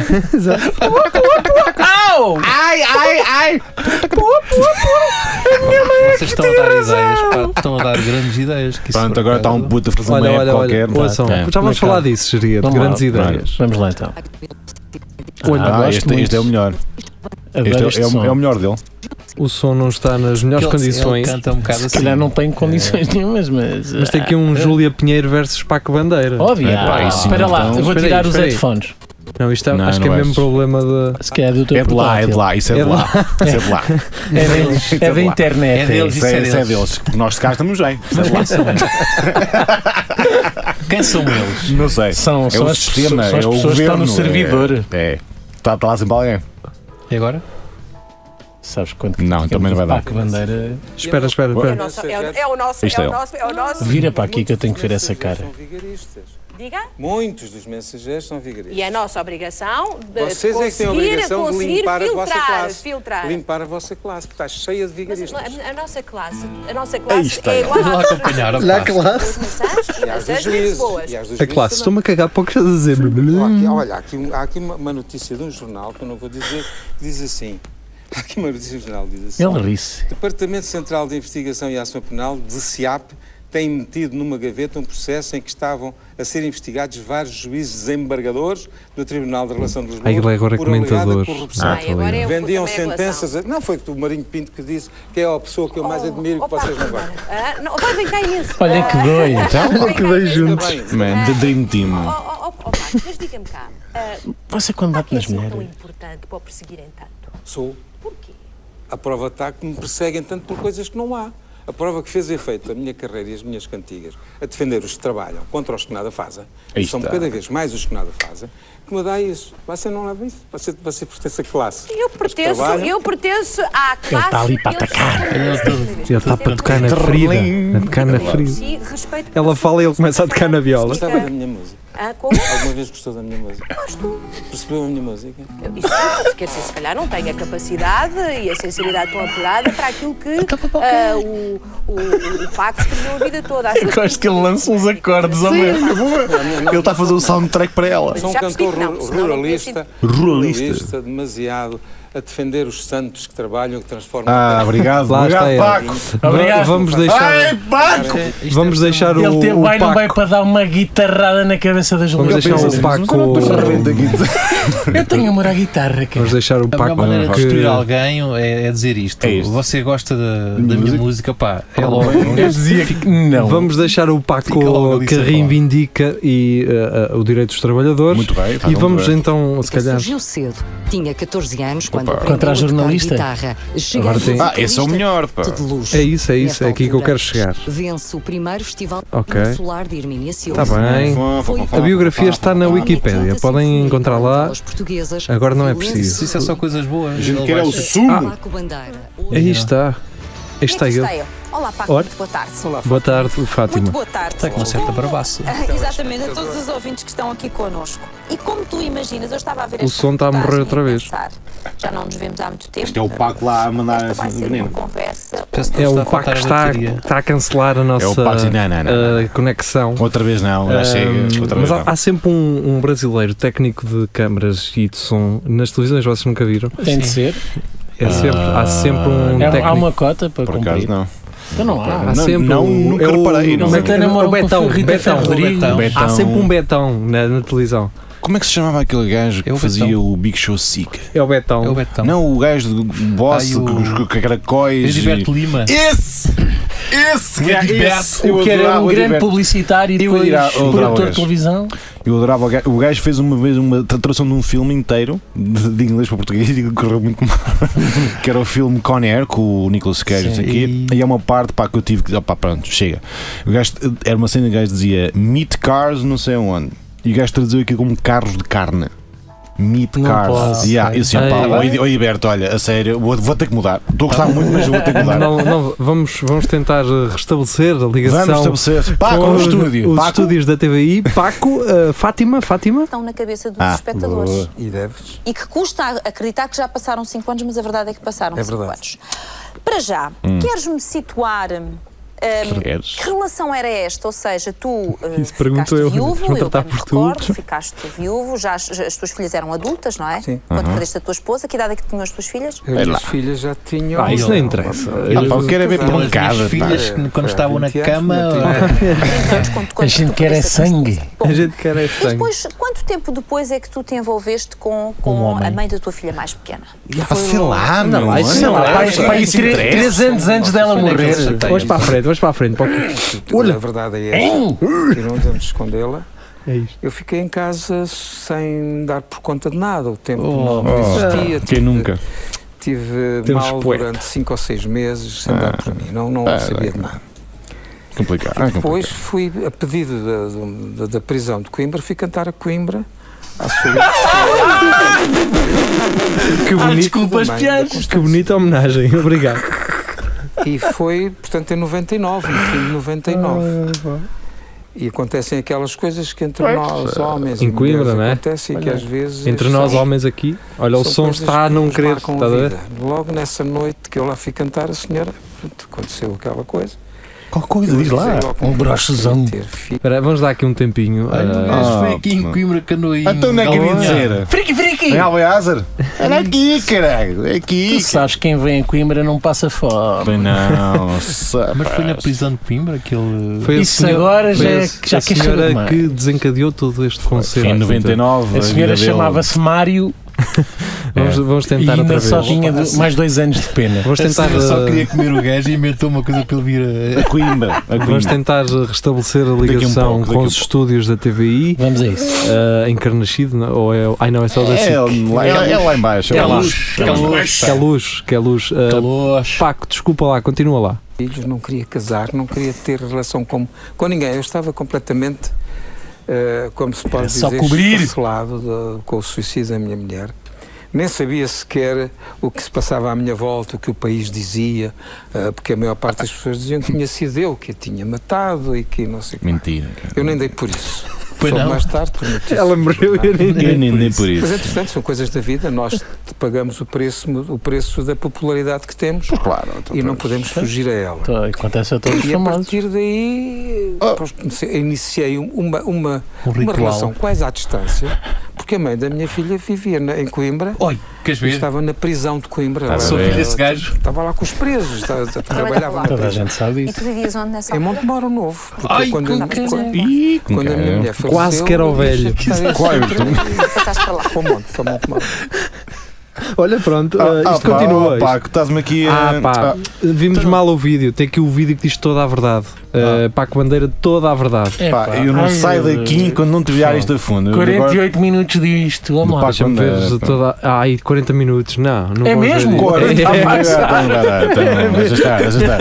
Speaker 4: Au!
Speaker 2: Vocês estão a dar ideias,
Speaker 4: é.
Speaker 2: pá. Estão a dar grandes ideias. que isso
Speaker 5: Pronto,
Speaker 2: por
Speaker 5: agora está
Speaker 2: acaso-
Speaker 5: um puto a fazer uma
Speaker 3: Olha,
Speaker 5: app
Speaker 3: olha,
Speaker 5: qualquer.
Speaker 3: olha.
Speaker 5: pá.
Speaker 3: ouçam.
Speaker 5: É.
Speaker 3: Já vamos
Speaker 4: Mercado.
Speaker 3: falar disso, Jeria, de
Speaker 4: Vamos lá,
Speaker 3: grandes
Speaker 5: vamos.
Speaker 3: ideias.
Speaker 4: Vamos lá então.
Speaker 3: Olha,
Speaker 5: Ah,
Speaker 4: gosto
Speaker 5: este,
Speaker 4: muito.
Speaker 5: este é o melhor. Este é-
Speaker 4: Adoro
Speaker 5: é,
Speaker 4: este
Speaker 5: o-
Speaker 4: som.
Speaker 5: é o melhor dele.
Speaker 3: O som não está nas melhores
Speaker 2: Ele-
Speaker 3: condições.
Speaker 2: Ele canta um bocado
Speaker 4: Se
Speaker 2: assim.
Speaker 4: calhar não tenho condições nenhumas, mas. eh,
Speaker 3: Mas tem aqui um Júlia Pinheiro versus Paco Bandeira.
Speaker 2: Oh.
Speaker 4: Óbvio.
Speaker 5: É, pá, isso
Speaker 4: espera lá,
Speaker 5: então-
Speaker 4: eu vou
Speaker 3: Espera aí,
Speaker 4: tirar os
Speaker 3: espera aí.
Speaker 4: headphones.
Speaker 3: Não, isto é-
Speaker 5: Não,
Speaker 3: acho que é
Speaker 5: não
Speaker 3: mesmo
Speaker 5: vais.
Speaker 3: problema de.
Speaker 4: Se calhar do teu
Speaker 5: É de lá, é de
Speaker 4: portátil.
Speaker 5: lá, isso é de
Speaker 3: É de
Speaker 5: lá. Isso é de lá.
Speaker 4: É deles, é da
Speaker 5: lá.
Speaker 4: internet.
Speaker 2: É deles.
Speaker 5: Isso é, isso é deles. Nós de cá estamos bem. Isso é de lá.
Speaker 2: Quem são eles? Quem são eles?
Speaker 5: Não sei.
Speaker 4: São,
Speaker 5: É
Speaker 4: são
Speaker 5: o
Speaker 4: as
Speaker 5: sistema,
Speaker 4: pessoas, são as
Speaker 5: é o
Speaker 4: pessoas que estão no
Speaker 5: governo,
Speaker 4: servidor.
Speaker 5: É. Está está lá sempre alguém.
Speaker 2: E agora?
Speaker 4: Sabes quanto que
Speaker 5: Não,
Speaker 4: temos
Speaker 5: também não vai
Speaker 4: de
Speaker 5: dar.
Speaker 4: Paco Bandeira.
Speaker 3: Espera, espera,
Speaker 7: É o
Speaker 3: espera.
Speaker 7: nosso, é, o- é o nosso,
Speaker 5: Isto
Speaker 7: é
Speaker 5: é
Speaker 7: o
Speaker 5: ele.
Speaker 7: nosso, é o nosso.
Speaker 4: Vira para aqui que eu tenho que ver essa cara.
Speaker 7: Diga.
Speaker 8: Muitos dos mensageiros são vigaristas.
Speaker 7: E é a nossa obrigação de
Speaker 8: Vocês é que têm a
Speaker 7: conseguir,
Speaker 8: obrigação de
Speaker 7: conseguir
Speaker 8: limpar a vossa
Speaker 7: filtrar,
Speaker 8: classe.
Speaker 7: filtrar.
Speaker 8: Limpar a vossa classe, porque está cheia de
Speaker 7: Mas
Speaker 8: vigaristas.
Speaker 7: a, a nossa classe, a nossa
Speaker 5: Aí
Speaker 7: classe
Speaker 5: está
Speaker 7: é
Speaker 5: ele.
Speaker 7: igual
Speaker 2: [laughs] Vamos lá
Speaker 7: à todas
Speaker 2: acompanhar.
Speaker 3: Lá,
Speaker 2: opá.
Speaker 3: claro.
Speaker 7: as maçãs e
Speaker 8: As dos
Speaker 7: as uvas e as
Speaker 8: juízes.
Speaker 7: boas.
Speaker 8: E as dos
Speaker 3: A
Speaker 8: juízes
Speaker 3: classe,
Speaker 8: também.
Speaker 3: estou-me a cagar para o que estás a dizer.
Speaker 8: Ó, aqui-
Speaker 3: Uhum.
Speaker 8: Olha, há aqui, um- há aqui uma, uma notícia de um jornal, que eu não vou dizer, que diz assim. [laughs] Há aqui uma notícia de um jornal que diz assim.
Speaker 4: Ele ri-se.
Speaker 8: Departamento Central de Investigação e Ação Penal, de SIAP, tem metido numa gaveta um processo em que estavam a ser investigados vários juízes desembargadores do Tribunal de Relação de Lisboa
Speaker 3: Ah, ele é agora
Speaker 8: por alegada
Speaker 3: comentador.
Speaker 8: corrupção.
Speaker 3: Ah,
Speaker 7: Ai, agora é o
Speaker 8: Vendiam
Speaker 7: também a relação.
Speaker 8: sentenças. a- Não foi que o Marinho Pinto que disse que é a pessoa que eu mais admiro que
Speaker 7: Oh, Opa,
Speaker 8: vocês não gostam.
Speaker 7: ah, não, opa, vem cá Ah, imenso.
Speaker 4: Olha que doido.
Speaker 7: Olha
Speaker 3: que dois juntos.
Speaker 7: Ah,
Speaker 5: Man, the Dream
Speaker 7: oh,
Speaker 5: Team.
Speaker 7: mas diga-me cá, ah,
Speaker 4: Você quando
Speaker 7: para
Speaker 4: bate
Speaker 7: que é
Speaker 4: nas
Speaker 7: que são tão
Speaker 4: mulheres.
Speaker 7: importante para o perseguirem tanto?
Speaker 8: Sou.
Speaker 7: Porquê?
Speaker 8: A prova está que me perseguem tanto por coisas que não há. A prova que fez efeito na minha carreira e as minhas cantigas, a defender os que trabalham contra os que nada fazem,
Speaker 5: Aí
Speaker 8: e são
Speaker 5: está.
Speaker 8: cada vez mais os que nada fazem, que me dá isso. Você não leva isso. Você, você pertence à classe.
Speaker 7: Eu pertenço,
Speaker 8: trabalham.
Speaker 7: eu pertenço à classe.
Speaker 4: está ali para
Speaker 7: que eles
Speaker 4: atacar.
Speaker 7: são
Speaker 2: Ele está-
Speaker 7: perseguidas.
Speaker 3: Ele está para tocar na
Speaker 7: Portanto,
Speaker 3: ferida. A tocar na ferida.
Speaker 7: sim, respeito-
Speaker 3: Ela fala e ele começa a tocar na viola.
Speaker 8: Gostava da minha música.
Speaker 7: Ah, como?
Speaker 8: Alguma vez gostou da minha música? Percebeu a minha música?
Speaker 7: Isso, quer dizer, se calhar não tem a capacidade e a sensibilidade tão apurada para aquilo que
Speaker 4: Então, tá
Speaker 7: ah, o, o, o Paco escreveu a vida toda. Acho
Speaker 4: Eu gosto que ele lança uns acordes ao meio.
Speaker 5: Ele está a fazer o soundtrack para ela.
Speaker 8: Sou um
Speaker 7: Já percebi
Speaker 8: cantor
Speaker 7: que não,
Speaker 8: ru-
Speaker 7: senão não
Speaker 8: ruralista,
Speaker 5: Ruralista.
Speaker 8: demasiado a defender os santos que trabalham, que transformam.
Speaker 5: Ah, obrigado.
Speaker 3: Lá está
Speaker 5: obrigado,
Speaker 3: ele.
Speaker 5: Paco.
Speaker 4: Obrigado.
Speaker 3: Va-
Speaker 2: Ah,
Speaker 3: Vamos deixar,
Speaker 5: Ai, Paco!
Speaker 2: é
Speaker 3: vamos deixar o,
Speaker 4: Ele teve
Speaker 3: o
Speaker 4: vai não vai
Speaker 3: Paco.
Speaker 4: para dar uma guitarrada na cabeça das
Speaker 3: Vamos
Speaker 4: mulheres.
Speaker 3: deixar o Paco.
Speaker 4: Eu tenho amor à guitarra, cara.
Speaker 3: Vamos deixar
Speaker 2: É
Speaker 3: o
Speaker 2: A melhor
Speaker 3: Paco
Speaker 2: maneira de destruir
Speaker 3: que.
Speaker 2: alguém é, é dizer isto.
Speaker 5: É isto.
Speaker 2: Você gosta da, da minha música, pá. É logo.
Speaker 4: Eu dizia que
Speaker 5: Então,
Speaker 4: não.
Speaker 3: Vamos deixar o
Speaker 2: Fica logo
Speaker 3: Paco
Speaker 2: ali
Speaker 3: que
Speaker 2: sem
Speaker 3: reivindica e, uh, uh, o direito dos trabalhadores.
Speaker 5: Muito bem, faz um
Speaker 3: E
Speaker 5: muito
Speaker 3: vamos
Speaker 5: bem.
Speaker 3: então, se calhar.
Speaker 9: Surgiu cedo. Tinha 14 anos quando
Speaker 5: Opa.
Speaker 9: aprendeu
Speaker 4: Contra a
Speaker 9: a tocar
Speaker 4: jornalista?
Speaker 9: guitarra. Chegando
Speaker 3: Agora tem-
Speaker 5: Ah, esse é o melhor, pá.
Speaker 9: De luz.
Speaker 3: É isso, é isso, é aqui que eu quero chegar.
Speaker 9: Vence o primeiro festival
Speaker 3: Ok.
Speaker 9: peninsular de Hermínia Silva.
Speaker 3: Está bem. A biografia está na Wikipédia. Podem encontrar lá. Agora não é preciso.
Speaker 2: Se isso é só coisas boas.
Speaker 5: A gente
Speaker 2: ele
Speaker 5: quer é
Speaker 2: vai
Speaker 5: o
Speaker 2: ser-
Speaker 5: sumo.
Speaker 2: assim.
Speaker 9: Paco Bandeira.
Speaker 3: Aí está. Aí está
Speaker 7: que
Speaker 3: ele.
Speaker 7: está ele. Olá, Paco,
Speaker 3: Ora.
Speaker 7: muito boa tarde.
Speaker 3: Boa tarde, Fátima.
Speaker 10: Muito boa tarde.
Speaker 2: Está com uma certa barbaça.
Speaker 10: Ah, Exatamente, a todos os ouvintes que estão aqui connosco. E como tu imaginas, eu estava a ver
Speaker 3: O
Speaker 10: esta
Speaker 3: som está a morrer
Speaker 10: reportagem
Speaker 3: outra
Speaker 10: e
Speaker 3: vez.
Speaker 10: pensar, já não nos vemos há muito tempo.
Speaker 5: Isto é o Paco lá a mandar
Speaker 10: Esta vai
Speaker 5: assim,
Speaker 10: ser
Speaker 5: veneno.
Speaker 10: uma conversa.
Speaker 2: Parece que
Speaker 3: É
Speaker 2: ele
Speaker 3: o
Speaker 2: está a
Speaker 3: Paco
Speaker 2: contar
Speaker 3: que está,
Speaker 2: a bateria.
Speaker 3: está a cancelar a nossa
Speaker 5: É Paco- não, não, não,
Speaker 3: uh, conexão.
Speaker 5: Outra vez não, já chega.
Speaker 3: Um,
Speaker 5: Outra
Speaker 3: mas
Speaker 5: vez
Speaker 3: há,
Speaker 5: não.
Speaker 3: há sempre um, um brasileiro técnico de câmaras e de som nas televisões, vocês nunca viram.
Speaker 4: Tem de ser.
Speaker 3: É sempre, há sempre
Speaker 5: Ah,
Speaker 3: um
Speaker 4: É-
Speaker 3: técnico.
Speaker 4: há uma cota para
Speaker 5: Por
Speaker 4: cumprir.
Speaker 5: acaso não.
Speaker 4: Então não há.
Speaker 3: Há
Speaker 5: Não,
Speaker 3: sempre
Speaker 5: não,
Speaker 3: um-
Speaker 5: nunca
Speaker 3: é o-
Speaker 5: reparei, não
Speaker 3: Como é
Speaker 5: sei.
Speaker 3: que é o
Speaker 4: Namoram com
Speaker 3: Betão?
Speaker 4: Rita
Speaker 3: Betão
Speaker 4: Ferro.
Speaker 3: Rodrigues.
Speaker 2: Betão.
Speaker 3: Há
Speaker 5: Betão.
Speaker 3: sempre um Betão na, na televisão.
Speaker 5: Como é que se chamava aquele gajo que
Speaker 2: É o
Speaker 5: fazia
Speaker 2: Betão.
Speaker 5: o Big Show Sick?
Speaker 3: É o Betão.
Speaker 2: É o Betão.
Speaker 5: Não, o gajo do boss,
Speaker 2: Ai, o-
Speaker 5: que- que era cois.
Speaker 2: Gilberto
Speaker 5: e-
Speaker 2: Lima.
Speaker 5: Esse! Esse!
Speaker 2: O Egberto,
Speaker 5: esse! Eu
Speaker 4: O que era
Speaker 5: adorava
Speaker 4: um
Speaker 5: o
Speaker 4: grande
Speaker 5: Egberto.
Speaker 4: publicitário e
Speaker 5: Eu adorava-
Speaker 4: depois
Speaker 5: eu adorava
Speaker 4: produtor de
Speaker 5: esse.
Speaker 4: televisão.
Speaker 5: Eu adorava o gajo. O gajo fez uma vez uma tradução de um filme inteiro, de, de inglês para português, e correu muito
Speaker 3: [laughs]
Speaker 5: mal. que era o filme Con Air, com o Nicolas Cage, não sei o quê. E é uma parte pá, que eu tive que. Opá, pronto, chega. O gajo, era uma cena que o gajo dizia Meat Cars, não sei onde. E o gajo traduziu aquilo como carros de carne. Meat
Speaker 3: Não
Speaker 5: Cars.
Speaker 3: posso.
Speaker 5: Yeah, e assim,
Speaker 3: Ai,
Speaker 5: opá,
Speaker 3: ai. Ah.
Speaker 5: oi, oi, Iberto, olha, a sério, vou, vou ter que mudar. Estou a gostar muito, mas vou ter que mudar.
Speaker 3: Não, não, vamos, vamos tentar uh, restabelecer a ligação.
Speaker 5: Vamos estabelecer. Paco,
Speaker 3: com
Speaker 5: o estúdio.
Speaker 3: Os
Speaker 5: Paco.
Speaker 3: estúdios da TVI. Paco, [laughs] uh, Fátima, Fátima.
Speaker 10: Estão na cabeça dos
Speaker 5: Ah,
Speaker 10: espectadores.
Speaker 5: boa.
Speaker 11: E deves?
Speaker 10: E que custa a- acreditar que já passaram 5 anos, mas a verdade é que passaram
Speaker 11: É
Speaker 10: 5
Speaker 11: verdade.
Speaker 10: anos. Para já, queres-me situar. hum,
Speaker 5: Queres?
Speaker 10: que relação era esta? Ou seja, tu uh, ficaste
Speaker 3: Isso pergunto eu,
Speaker 10: viúvo,
Speaker 3: vou
Speaker 10: eu
Speaker 3: tratar
Speaker 10: bem me
Speaker 3: por tu.
Speaker 10: recordo, ficaste viúvo, já as, as tuas filhas eram adultas, não é?
Speaker 11: Sim.
Speaker 10: Quando perdeste a tua esposa, que idade é que tinham as tuas filhas?
Speaker 11: Eu e as filhas já tinham.
Speaker 3: Ah, isso não interessa.
Speaker 5: Ah, pá, eu quero é ver
Speaker 2: As minhas
Speaker 5: pancada, pá.
Speaker 2: filhas, que quando
Speaker 11: É,
Speaker 2: estavam na
Speaker 11: 20 anos,
Speaker 2: cama,
Speaker 11: não tinha-
Speaker 10: Anos, quando- quando
Speaker 4: A gente
Speaker 10: tu
Speaker 4: quer é
Speaker 10: perdeste a tua
Speaker 4: sangue.
Speaker 10: esposa. Bom,
Speaker 3: A gente quer é
Speaker 10: E
Speaker 3: sangue.
Speaker 10: depois, quanto tempo depois é que tu te envolveste com, com
Speaker 2: um homem.
Speaker 10: a mãe da tua filha mais pequena?
Speaker 5: Ah, sei lá, meu.
Speaker 4: Ai, sei lá,
Speaker 5: olha,
Speaker 4: pai,
Speaker 5: isso
Speaker 4: pai,
Speaker 5: isso
Speaker 4: três-
Speaker 5: interessa.
Speaker 4: três anos antes dela
Speaker 2: é
Speaker 4: morrer.
Speaker 2: Tá
Speaker 3: Vamos para a frente, vamos para a frente. Paco.
Speaker 11: Olha. A verdade é essa. E não devemos escondê-la.
Speaker 3: É isto.
Speaker 11: Eu fiquei em casa sem dar por conta de nada. O tempo
Speaker 2: Oh,
Speaker 11: não existia.
Speaker 5: Quem
Speaker 11: Tive-
Speaker 5: nunca?
Speaker 11: Tive
Speaker 3: Temos
Speaker 11: mal
Speaker 3: poeta.
Speaker 11: durante cinco ou seis meses sem dar por mim. Não, não
Speaker 5: Ah,
Speaker 11: sabia de
Speaker 3: é
Speaker 5: bem.
Speaker 11: nada.
Speaker 5: Complicado.
Speaker 3: Ah,
Speaker 11: E depois fui, a pedido da, do- da, da prisão de Coimbra, fui cantar a Coimbra. à solidão da mãe,
Speaker 3: Que bonito.
Speaker 11: da
Speaker 3: Que
Speaker 11: Constância.
Speaker 3: bonita homenagem. [laughs] Obrigado.
Speaker 11: E foi, portanto, em 99, no fim de 99.
Speaker 3: Ah.
Speaker 11: E acontecem aquelas coisas que entre nós, homens
Speaker 3: Ah, Em
Speaker 11: e mulheres,
Speaker 3: Coimbra, não é?
Speaker 11: acontecem que às vezes...
Speaker 3: Entre nós,
Speaker 11: são-
Speaker 3: homens aqui, olha, o
Speaker 11: são
Speaker 3: som
Speaker 11: coisas
Speaker 3: está a
Speaker 11: que
Speaker 3: não
Speaker 11: nos
Speaker 3: querer.
Speaker 11: marcam a
Speaker 3: Estás a ver?
Speaker 11: vida. Logo nessa noite que eu lá fui cantar, a senhora, pronto, aconteceu aquela coisa.
Speaker 5: Qual coisa? Diz lá.
Speaker 4: um brochezão.
Speaker 11: Ter filho.
Speaker 3: Espera, vamos dar aqui um tempinho.
Speaker 2: Ai,
Speaker 3: ah,
Speaker 2: mas
Speaker 5: Ah,
Speaker 2: foi aqui em
Speaker 5: pá.
Speaker 2: Coimbra Canoinho.
Speaker 5: Então não é que eu ia dizer.
Speaker 4: Friki, friki!
Speaker 5: Em Alveázar? Era aqui, caralho. É
Speaker 4: Tu
Speaker 5: aqui.
Speaker 4: sabes que quem vem a Coimbra não passa fome.
Speaker 5: Bem, Não, sa-
Speaker 2: Mas foi na prisão de Coimbra que ele.
Speaker 3: Foi a
Speaker 4: Isso
Speaker 3: senhora-
Speaker 4: agora já
Speaker 3: foi a-
Speaker 4: é que- já
Speaker 3: a
Speaker 4: quer saber
Speaker 3: senhora
Speaker 4: demais.
Speaker 3: que desencadeou todo este concerto.
Speaker 5: Em 99.
Speaker 4: A senhora
Speaker 5: vida dele.
Speaker 4: chamava-se Mário
Speaker 3: Vamos,
Speaker 5: É.
Speaker 3: vamos
Speaker 4: e
Speaker 3: tentar outra
Speaker 4: ainda
Speaker 3: vez.
Speaker 4: só tinha do- mais dois anos de pena.
Speaker 3: Vamos tentar,
Speaker 2: Eu só
Speaker 3: uh,
Speaker 2: queria comer o gajo e inventou uma coisa para ele vir
Speaker 5: A Coimbra. A
Speaker 3: vamos
Speaker 5: Coimbra.
Speaker 3: tentar restabelecer a
Speaker 5: a um
Speaker 3: ligação
Speaker 5: pouco, daqui a
Speaker 3: com os
Speaker 5: pouco.
Speaker 3: estúdios da TVI
Speaker 4: Vamos a isso.
Speaker 3: ah, em Carnascido, não- ou é. Ai não, é só da
Speaker 5: É,
Speaker 3: SIC.
Speaker 5: lá, é, é lá embaixo.
Speaker 2: a.
Speaker 5: É lá.
Speaker 2: calor,
Speaker 3: Que é luz, que é luz. Ah,
Speaker 2: calor.
Speaker 3: Paco, desculpa lá, continua lá.
Speaker 11: filhos, não queria casar, não queria ter relação com, com ninguém. Eu estava completamente, eh, como se pode
Speaker 4: Era só
Speaker 11: dizer,
Speaker 4: cobrir.
Speaker 11: esfacelado de- com o suicídio da minha mulher. Nem sabia sequer o que se passava à minha volta, o que o país dizia, eh, porque a maior parte das pessoas diziam que tinha sido eu que a tinha matado e que não sei o que.
Speaker 5: Mentira. [laughs] cara.
Speaker 11: Eu nem dei por isso.
Speaker 2: Pois
Speaker 11: Só
Speaker 2: não.
Speaker 11: mais tarde,
Speaker 3: [laughs]
Speaker 11: por notícias.
Speaker 3: morreu e eu nem
Speaker 5: Eu nem dei por
Speaker 11: Mas
Speaker 5: isso.
Speaker 11: entretanto, são coisas da vida, nós te
Speaker 3: [laughs]
Speaker 11: pagamos o preço, o preço da popularidade que temos
Speaker 5: Claro.
Speaker 3: então
Speaker 11: e
Speaker 3: tá.
Speaker 11: não podemos fugir a ela.
Speaker 4: Tá, Acontece a todos os
Speaker 11: E a
Speaker 4: famosos.
Speaker 11: partir daí
Speaker 3: Ah.
Speaker 11: depois comecei- iniciei um- uma, uma,
Speaker 2: Um
Speaker 11: uma
Speaker 2: ritual.
Speaker 11: relação quase à distância, porque a mãe da minha filha vivia na- em Coimbra
Speaker 2: [laughs] Oi, queres
Speaker 11: e
Speaker 2: ver?
Speaker 11: estava na prisão de Coimbra. Ela-
Speaker 2: Sou filho
Speaker 11: ela-
Speaker 2: desse gajo.
Speaker 11: Estava lá com os presos, estava,
Speaker 2: [laughs]
Speaker 11: estava- trabalhava na
Speaker 4: Toda a
Speaker 11: prisão.
Speaker 4: gente sabe
Speaker 10: E
Speaker 4: isso.
Speaker 10: tu vivias onde nessa
Speaker 8: É
Speaker 11: Em
Speaker 10: altura?
Speaker 11: Montemoro Novo,
Speaker 5: é
Speaker 11: porque
Speaker 2: Ai,
Speaker 11: quando,
Speaker 10: com
Speaker 11: quando, quando,
Speaker 5: Ih, com
Speaker 11: a minha mulher faleceu...
Speaker 3: Quase que era o
Speaker 11: eu deixei
Speaker 3: velho.
Speaker 11: de estar em
Speaker 5: Quase.
Speaker 11: Sintra
Speaker 10: Passaste para lá.
Speaker 11: e- Para o um Monte, para o Montemoro.
Speaker 3: Olha, pronto, ah,
Speaker 5: Ah,
Speaker 3: isto
Speaker 5: pá, ah,
Speaker 3: continua. isto-
Speaker 5: Paco, estás-me aqui
Speaker 3: Ah,
Speaker 5: a.
Speaker 3: pá, vimos mal o vídeo. Tem aqui o vídeo que diz toda a verdade.
Speaker 5: Ah.
Speaker 3: Uh, Paco Bandeira, toda a verdade.
Speaker 4: É,
Speaker 5: Pá, eu não
Speaker 4: Ai,
Speaker 5: saio
Speaker 4: eu-
Speaker 5: daqui enquanto não te olhar isto a fundo. Eu agora-
Speaker 4: 48 minutos disto,
Speaker 5: Do
Speaker 4: vamos lá.
Speaker 5: Paco
Speaker 3: Deixa-me ver
Speaker 5: Bandeira, é, pá.
Speaker 3: toda. Ai, 40 minutos. Não, não
Speaker 4: É
Speaker 3: vamos ver
Speaker 4: mesmo?
Speaker 3: isso.
Speaker 5: Agora,
Speaker 3: É.
Speaker 5: tá bem, tá bem, tá bem, tá bem. Deixa estar, deixa estar.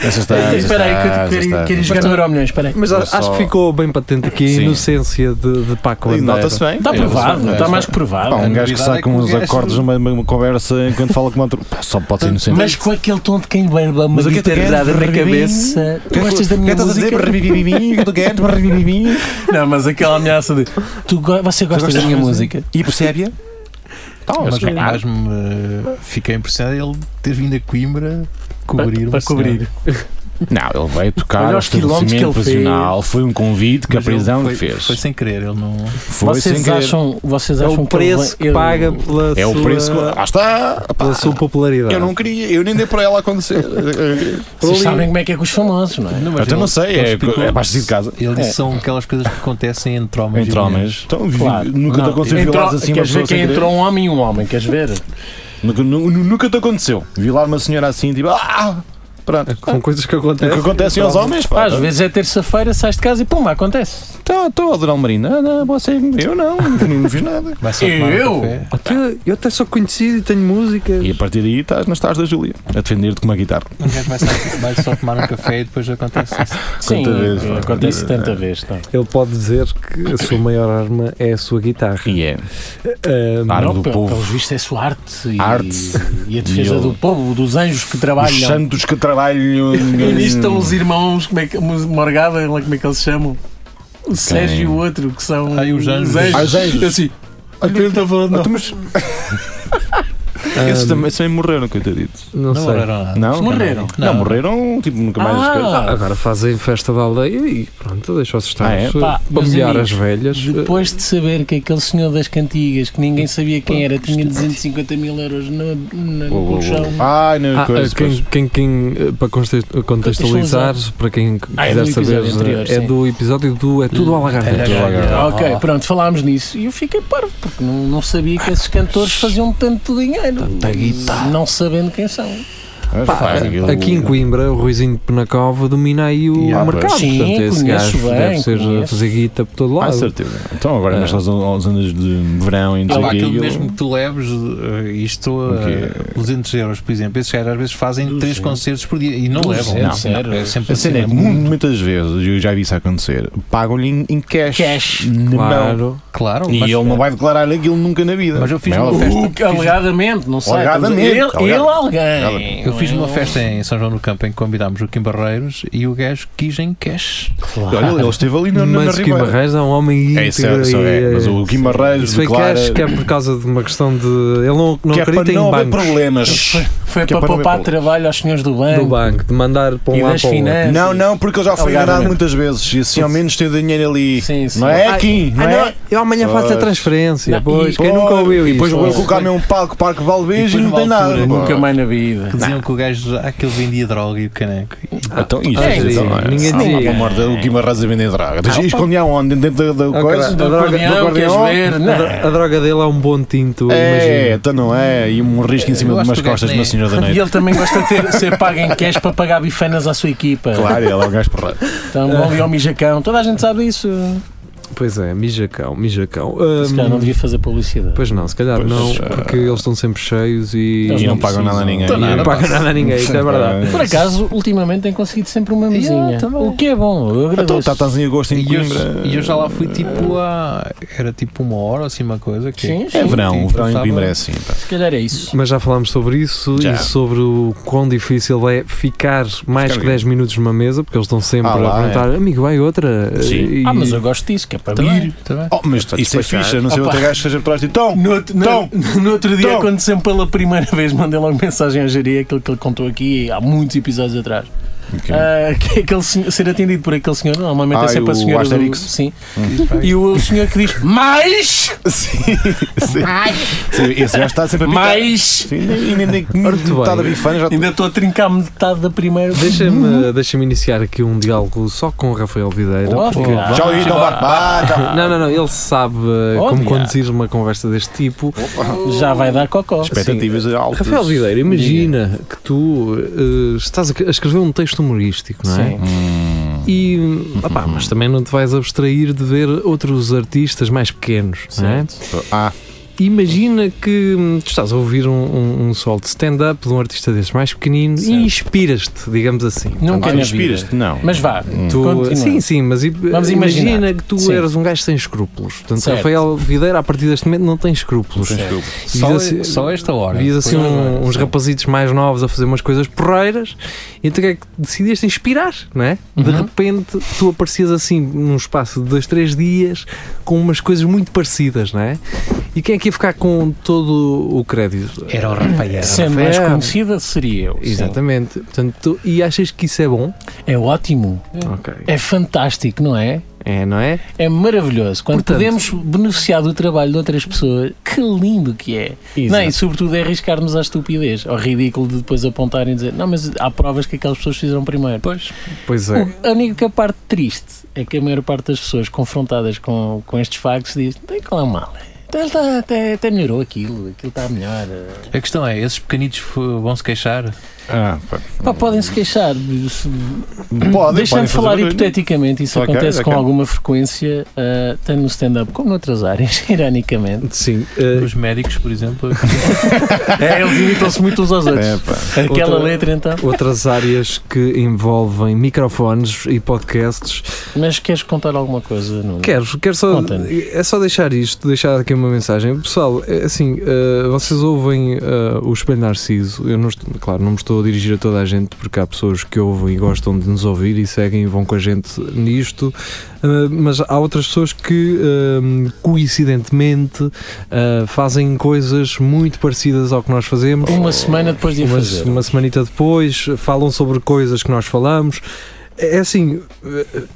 Speaker 5: Deixa estar, deixa
Speaker 4: Espera aí,
Speaker 3: Ah,
Speaker 5: estar,
Speaker 4: que
Speaker 5: deixa
Speaker 4: eu quero-
Speaker 5: estar.
Speaker 4: quero jogar no Euromilhões, espera aí.
Speaker 3: Mas
Speaker 5: Eu
Speaker 3: a- acho
Speaker 5: só-
Speaker 3: que ficou bem patente aqui a
Speaker 5: Sim.
Speaker 3: inocência de, de Paco
Speaker 5: E
Speaker 3: Bandeira.
Speaker 5: Nota-se bem.
Speaker 4: Está
Speaker 5: Nota-se
Speaker 4: provado,
Speaker 5: bem.
Speaker 4: está mais que
Speaker 5: Pá,
Speaker 4: provado.
Speaker 5: um gajo que
Speaker 2: novidade
Speaker 5: sai
Speaker 2: é
Speaker 5: com
Speaker 2: que o
Speaker 5: uns
Speaker 2: gajo-
Speaker 5: cordas no meio de uma conversa enquanto fala com outro. Pá, Só pode ser inocente.
Speaker 4: Mas com aquele tom de quem leva uma
Speaker 5: é Mas o que é que tu
Speaker 4: guitarrada
Speaker 5: queres?
Speaker 4: na cabeça.
Speaker 5: Que-
Speaker 4: é Gostas da
Speaker 5: que
Speaker 4: minha
Speaker 5: estás a dizer?
Speaker 4: música?
Speaker 5: Brrrrrrrrrrim, que tu queres? Brrrrrrrrrrim.
Speaker 4: Não, mas aquela ameaça de tu, go- você gosta da minha música.
Speaker 5: E percebe-a? Tal,
Speaker 2: Mas
Speaker 5: mas
Speaker 2: o me fiquei impressionado ele ter vindo a Coimbra cobrir
Speaker 4: Para- para
Speaker 2: um cenário.
Speaker 4: cobrir.
Speaker 5: Não, ele veio tocar
Speaker 4: Olha
Speaker 5: ao
Speaker 4: os quilómetros que
Speaker 5: estabelecimento
Speaker 4: ele fez.
Speaker 5: prisional. Foi um convite que
Speaker 2: Mas
Speaker 5: a
Speaker 2: ele
Speaker 5: prisão
Speaker 2: foi,
Speaker 5: lhe fez.
Speaker 2: Foi sem querer, ele não.
Speaker 5: Foi sem
Speaker 4: vocês,
Speaker 5: querer.
Speaker 4: acham, vocês
Speaker 3: É
Speaker 4: acham
Speaker 3: o preço
Speaker 4: que ele
Speaker 3: que
Speaker 4: vai-
Speaker 3: paga pela
Speaker 5: É o preço que.
Speaker 3: sua,
Speaker 5: Lá está! Pá,
Speaker 3: pela sua popularidade.
Speaker 5: eu não queria, eu nem dei para ela
Speaker 4: [laughs]
Speaker 5: acontecer.
Speaker 4: Vocês sabem como é que é com os famosos, não é?
Speaker 2: não
Speaker 5: Até não sei, é, é baixo de casa.
Speaker 2: Ele disse são aquelas coisas que acontecem entre homens.
Speaker 5: Entre
Speaker 2: e
Speaker 5: homens. Então, vi-
Speaker 4: Claro.
Speaker 5: nunca te
Speaker 4: Não,
Speaker 5: aconteceu
Speaker 4: entrou-
Speaker 5: violares assim uma
Speaker 4: Queres
Speaker 5: pessoa
Speaker 4: ver
Speaker 5: sem
Speaker 4: quem
Speaker 5: querer?
Speaker 4: entrou um homem e um homem? Queres ver?
Speaker 5: Nunca, nu- nunca te aconteceu. Violar uma senhora assim, tipo, ah! Pronto.
Speaker 3: São coisas que
Speaker 5: O que
Speaker 3: acontecem.
Speaker 5: acontece aos homens,
Speaker 4: Pá,
Speaker 5: pá.
Speaker 4: às vezes é terça-feira, sais de casa e pum, acontece.
Speaker 5: Então, estou a adorar Marina. Ah, não, você, eu não, não fiz nada.
Speaker 2: Vai só tomar um
Speaker 4: Eu?
Speaker 2: café.
Speaker 3: Até- eu até sou conhecido e tenho música.
Speaker 5: E a partir daí estás nas tardes da Júlia, a defender-te com uma guitarra.
Speaker 2: Um gajo vai só, vai só tomar um café e depois acontece isso.
Speaker 4: Sim, é.
Speaker 5: Quanta vez, pá, quanta
Speaker 4: acontece
Speaker 5: vez, É.
Speaker 4: tanta vez. tá. Não.
Speaker 3: Ele pode dizer que a sua maior arma é a sua guitarra.
Speaker 5: E é.
Speaker 3: Ahm,
Speaker 5: Arma do
Speaker 4: pelo-
Speaker 5: povo.
Speaker 4: Pelos vistos é sua arte e,
Speaker 5: Arte.
Speaker 4: e a defesa
Speaker 5: E eu-
Speaker 4: do povo, dos anjos que
Speaker 5: Os
Speaker 4: trabalham.
Speaker 5: santos que trabalham.
Speaker 4: E nisto estão os irmãos, como é que, Morgada, lá como é que eles se chamam? O Sérgio e o outro, que são
Speaker 2: Ai, os anjos.
Speaker 5: Ah, os anjos.
Speaker 4: Assim, aquilo está falando.
Speaker 5: Ah, tu, mas-
Speaker 4: Ah.
Speaker 5: Esses também, esses também morreram, coitaditos.
Speaker 2: Não
Speaker 3: não, sei.
Speaker 2: morreram nada.
Speaker 5: Não?
Speaker 4: morreram?
Speaker 5: Não,
Speaker 2: Não.
Speaker 5: morreram, tipo, nunca mais.
Speaker 4: Ah.
Speaker 5: coisas.
Speaker 3: Agora fazem festa da aldeia e pronto, deixa-os estar.
Speaker 5: Ah, é?
Speaker 4: Pá,
Speaker 3: para
Speaker 4: meus
Speaker 3: humilhar
Speaker 4: amigos,
Speaker 3: as velhas.
Speaker 4: Depois de saber que aquele senhor das cantigas, que ninguém sabia quem era, tinha 250 mil euros na, na,
Speaker 5: é Uou,
Speaker 4: no
Speaker 5: uou,
Speaker 4: colchão.
Speaker 5: uou. Ai, não,
Speaker 3: Ah,
Speaker 5: coisa.
Speaker 3: quem, quem, quem, eh, para conte- contextualizar, para quem
Speaker 4: Ah, é
Speaker 3: quiser
Speaker 4: do
Speaker 3: saber,
Speaker 4: episódio anterior,
Speaker 3: é
Speaker 4: sim.
Speaker 3: do episódio do É Tudo ao Lagarto.
Speaker 2: Olha,
Speaker 5: é,
Speaker 2: olha,
Speaker 4: Ah,
Speaker 2: olha.
Speaker 4: ok, pronto, falámos nisso e eu fiquei parvo, porque não, não sabia que esses cantores faziam tanto dinheiro, não sabendo quem são.
Speaker 5: Mas,
Speaker 3: Pá,
Speaker 5: pá, Ah, aquilo-
Speaker 3: aqui em Coimbra, o Ruizinho de Penacova domina aí o
Speaker 5: Yeah,
Speaker 3: mercado.
Speaker 4: pois. Sim,
Speaker 3: Portanto, esse
Speaker 4: conheço
Speaker 3: gajo
Speaker 4: bem,
Speaker 3: deve ser a
Speaker 4: conheço.
Speaker 3: fazer guita por todo
Speaker 5: Ah,
Speaker 3: lado.
Speaker 5: certeza. Então agora
Speaker 3: Ah.
Speaker 5: nestas on- zonas de verão e não sei
Speaker 2: Olha,
Speaker 5: o quê,
Speaker 2: aquele
Speaker 5: aquilo-
Speaker 2: mesmo que tu leves, eh, isto a
Speaker 5: Ok.
Speaker 2: 200 euros, por exemplo. Esses caras às vezes fazem 3 concertos por dia e não levam.
Speaker 5: Não,
Speaker 2: não, é sempre
Speaker 5: A cena é que mu- muitas vezes, eu já vi isso acontecer, pagam-lhe em, em cash.
Speaker 4: Cash.
Speaker 5: Na mão.
Speaker 3: Claro.
Speaker 2: Claro,
Speaker 5: E
Speaker 2: mas-
Speaker 5: ele não vai declarar aquilo nunca na vida.
Speaker 2: Mas eu fiz
Speaker 5: Não,
Speaker 2: uma festa.
Speaker 4: O que, alegadamente, não sei.
Speaker 5: Alegadamente,
Speaker 4: Ele, ele
Speaker 5: alegadamente.
Speaker 4: alguém. é?
Speaker 2: Eu fiz uma festa em São João do Campo em que convidámos o Kim Barreiros e o gajo quis em cash.
Speaker 5: Olha, ele esteve ali na, na, na
Speaker 3: Mas o
Speaker 5: Ribeira.
Speaker 3: Guimarães é um homem
Speaker 5: É isso, é,
Speaker 3: íntegro
Speaker 5: isso é.
Speaker 3: e,
Speaker 5: Mas
Speaker 3: eh,
Speaker 5: o Guimarães
Speaker 3: Isso foi
Speaker 5: declara
Speaker 3: cash que é por causa de uma questão de. Ele não, não
Speaker 5: que é
Speaker 3: acredita
Speaker 5: para
Speaker 3: em
Speaker 5: não haver
Speaker 3: bancos.
Speaker 5: problemas.
Speaker 4: Foi
Speaker 5: Que é
Speaker 4: para
Speaker 5: para não
Speaker 4: poupar
Speaker 5: haver
Speaker 4: trabalho aos senhores do banco.
Speaker 3: Do banco, de mandar para
Speaker 4: E
Speaker 3: um lado
Speaker 4: das
Speaker 3: para o outro.
Speaker 4: finanças.
Speaker 5: Não, não, porque ele já foi enganado
Speaker 4: Alegadamente.
Speaker 5: muitas vezes. E assim ao menos tem o dinheiro ali.
Speaker 4: Sim, sim.
Speaker 5: Não é aqui, não
Speaker 3: Ah,
Speaker 5: é?
Speaker 3: Eu amanhã faço a
Speaker 5: Pois.
Speaker 3: transferência.
Speaker 4: Não,
Speaker 3: pois,
Speaker 4: e-
Speaker 3: quem nunca ouviu
Speaker 5: E
Speaker 3: isso?
Speaker 5: depois vou colocar-me um palco, Parque Valvez e,
Speaker 2: E depois
Speaker 5: não tem
Speaker 2: numa
Speaker 5: nada.
Speaker 2: altura,
Speaker 5: pá.
Speaker 4: Nunca mais na vida.
Speaker 2: Que diziam que o gajo aquele vendia droga e o caneco.
Speaker 5: Então, isso,
Speaker 3: Ah,
Speaker 5: então,
Speaker 3: sim,
Speaker 5: é.
Speaker 3: ninguém
Speaker 5: Ah,
Speaker 3: dizia.
Speaker 5: pelo amor de Deus, o Guimarães a vender droga. Ah, escondia onde? Dentro da, da
Speaker 3: Ah,
Speaker 5: coisa?
Speaker 3: caralho.
Speaker 4: Do
Speaker 5: Da droga- do
Speaker 4: acordeão, queres
Speaker 5: acordeão?
Speaker 4: ver?
Speaker 3: A, dro-
Speaker 4: Não.
Speaker 3: a droga dele é um bom tinto,
Speaker 5: É,
Speaker 3: imagino.
Speaker 5: então não é. E um risco em cima
Speaker 2: Eu
Speaker 5: de
Speaker 2: acho
Speaker 5: umas
Speaker 2: que o gajo
Speaker 5: costas de uma
Speaker 2: nem-
Speaker 5: senhora da
Speaker 4: E
Speaker 5: noite.
Speaker 4: ele também gosta de ter, ser pago em cash para pagar bifanas à sua equipa.
Speaker 5: Claro, ele é um gajo porrado.
Speaker 4: Então, vão ali ao mijacão. Toda a gente sabe isso.
Speaker 3: Pois é, mijacão, mijacão.
Speaker 4: Se calhar
Speaker 3: Hum,
Speaker 4: não devia fazer publicidade.
Speaker 3: Pois não, se calhar
Speaker 5: Pois,
Speaker 3: não,
Speaker 5: eh,
Speaker 3: porque eles estão sempre cheios e,
Speaker 4: Eles
Speaker 5: E não
Speaker 4: não
Speaker 5: pagam nada a ninguém.
Speaker 2: Então
Speaker 3: e
Speaker 2: nada,
Speaker 3: não pagam nada a ninguém, isso é verdade.
Speaker 4: Por acaso, ultimamente tem conseguido sempre uma mesinha.
Speaker 2: também.
Speaker 4: o que é bom, eu
Speaker 5: Então
Speaker 4: agradeço.
Speaker 5: está- estás em agosto em
Speaker 2: E eu,
Speaker 5: Coimbra.
Speaker 2: e eu já lá fui tipo a. Era tipo uma hora ou assim uma coisa. Que tipo,
Speaker 4: Sim,
Speaker 5: É
Speaker 4: sim.
Speaker 5: verão, o verão em
Speaker 2: Estava-
Speaker 5: Coimbra é assim. pá.
Speaker 4: Se calhar é isso.
Speaker 3: Mas já falámos sobre isso
Speaker 5: Já.
Speaker 3: e sobre o quão difícil é ficar mais
Speaker 5: Ficar
Speaker 3: que
Speaker 5: aqui.
Speaker 3: 10 minutos numa mesa, porque eles estão sempre
Speaker 5: Ah,
Speaker 3: a
Speaker 5: lá,
Speaker 3: perguntar, amigo, vai outra.
Speaker 5: Sim.
Speaker 3: E-
Speaker 4: Ah, mas eu gosto disso, que é para
Speaker 2: Também,
Speaker 4: vir.
Speaker 2: também.
Speaker 5: Oh, mas isso é fixe, a não ser
Speaker 4: Opa.
Speaker 5: outro gajo que seja por trás de Tom.
Speaker 4: No, outro- no-
Speaker 5: Tom.
Speaker 4: no outro dia,
Speaker 5: Tom.
Speaker 4: quando sempre pela primeira vez, mandei logo mensagem à Jaria, aquilo que ele contou aqui há muitos episódios atrás. Ah, que é aquele senhor- ser atendido por aquele senhor, normalmente
Speaker 5: Ah,
Speaker 4: é sempre
Speaker 5: o
Speaker 4: a senhora do,
Speaker 5: Asterix. Hum.
Speaker 4: sim. E o senhor que diz mais,
Speaker 5: Sim, sim. Sim, Esse gajo está sempre a picar.
Speaker 4: mais,
Speaker 5: Sim, e nem- nem
Speaker 3: Muito
Speaker 5: metade da
Speaker 3: bem.
Speaker 5: bifana já
Speaker 4: ainda estou a trincar metade da primeira.
Speaker 3: Deixa-me deixa iniciar aqui um diálogo só com o Rafael Videira.
Speaker 4: Uhum. Oh,
Speaker 3: porque-
Speaker 4: claro.
Speaker 5: Tchau aí, Tom Barbata.
Speaker 3: Não, não, não, ele sabe uh,
Speaker 4: Oh,
Speaker 3: como
Speaker 4: dia.
Speaker 3: conduzir uma conversa deste tipo.
Speaker 5: Oh,
Speaker 4: Já vai dar cocó.
Speaker 5: Expectativas altas.
Speaker 3: Rafael Videira, imagina que tu uh, estás a escrever um texto humorístico, não é?
Speaker 4: Sim.
Speaker 3: E, opá, mas também não te vais abstrair de ver outros artistas mais pequenos, não é?
Speaker 5: Ah,
Speaker 3: imagina que hum, tu estás a ouvir um, um, um solo de stand-up de um artista deste mais pequenino e inspiras-te, digamos assim.
Speaker 2: Nunca
Speaker 3: Tá
Speaker 2: na
Speaker 3: bem?
Speaker 2: vida.
Speaker 4: né?
Speaker 2: Mas vá,
Speaker 3: Tu-
Speaker 2: continua.
Speaker 3: sim, sim, mas i-
Speaker 2: Vamos
Speaker 3: imagina
Speaker 2: imaginar.
Speaker 3: que tu
Speaker 2: Sim.
Speaker 3: eras um gajo sem escrúpulos. Portanto,
Speaker 2: Certo.
Speaker 3: Rafael Videira, a partir deste momento, não tem escrúpulos.
Speaker 2: Certo.
Speaker 3: E
Speaker 2: Só-
Speaker 3: vias assim-
Speaker 2: só esta hora.
Speaker 3: Vias assim
Speaker 2: Pois
Speaker 3: um-
Speaker 2: agora,
Speaker 3: uns
Speaker 2: sim.
Speaker 3: rapazitos mais novos a fazer umas coisas porreiras, e tu que é que decidiste inspirar, não é? De repente, tu aparecias assim num espaço de dois, três dias com umas coisas muito parecidas, não é? E quem é que ia ficar com todo o crédito?
Speaker 2: Era o Rafael.
Speaker 4: Sendo mais conhecida, seria eu. sim.
Speaker 3: Exatamente. Portanto, tu- e achas que isso é bom?
Speaker 4: É ótimo.
Speaker 3: Ok.
Speaker 4: É fantástico, não é?
Speaker 3: É, não é?
Speaker 4: É maravilhoso. Quando
Speaker 3: Portanto-
Speaker 4: podemos beneficiar do trabalho de outras pessoas, que lindo que é. Não, e sobretudo é arriscarmos à estupidez, ao ridículo de depois apontarem e dizer, não, mas há provas que aquelas pessoas fizeram primeiro. Pois.
Speaker 3: Pois é.
Speaker 4: A única parte triste é que a maior parte das pessoas confrontadas com, com estes factos diz, "Então, tem que lá é mal. Até, até, até, até melhorou aquilo, aquilo está melhor.
Speaker 2: A questão é, esses pequenitos f- vão se queixar?
Speaker 5: Ah,
Speaker 4: Pá, podem-se queixar. se-
Speaker 5: Podem,
Speaker 4: Deixando
Speaker 5: podem
Speaker 4: de falar
Speaker 5: fazer-
Speaker 4: hipoteticamente, isso
Speaker 5: Ok,
Speaker 4: acontece com
Speaker 5: ok.
Speaker 4: alguma frequência, ah, tanto no stand-up como noutras áreas, [laughs] ironicamente.
Speaker 3: Sim. eh,
Speaker 2: Os médicos, por exemplo.
Speaker 4: É, eles imitam-se muito uns aos outros.
Speaker 5: É, pá.
Speaker 4: Aquela
Speaker 3: Outra-
Speaker 4: letra então.
Speaker 3: outras áreas que envolvem microfones e podcasts.
Speaker 4: Mas queres contar alguma coisa, Nuno?
Speaker 3: Quero, quero só.
Speaker 4: Conta-nos.
Speaker 3: É só deixar isto, deixar aqui uma mensagem. Pessoal, é assim, eh, vocês ouvem eh, o Espelho Narciso. Eu não estou, claro, não me estou a dirigir a toda a gente, porque há pessoas que ouvem e gostam de nos ouvir e seguem e vão com a gente nisto. eh, mas há outras pessoas que, eh, coincidentemente, eh, fazem coisas muito parecidas ao que nós fazemos.
Speaker 4: Uma semana depois de a
Speaker 3: uma,
Speaker 4: fazer.
Speaker 3: uma semanita depois, falam sobre coisas que nós falamos. É assim,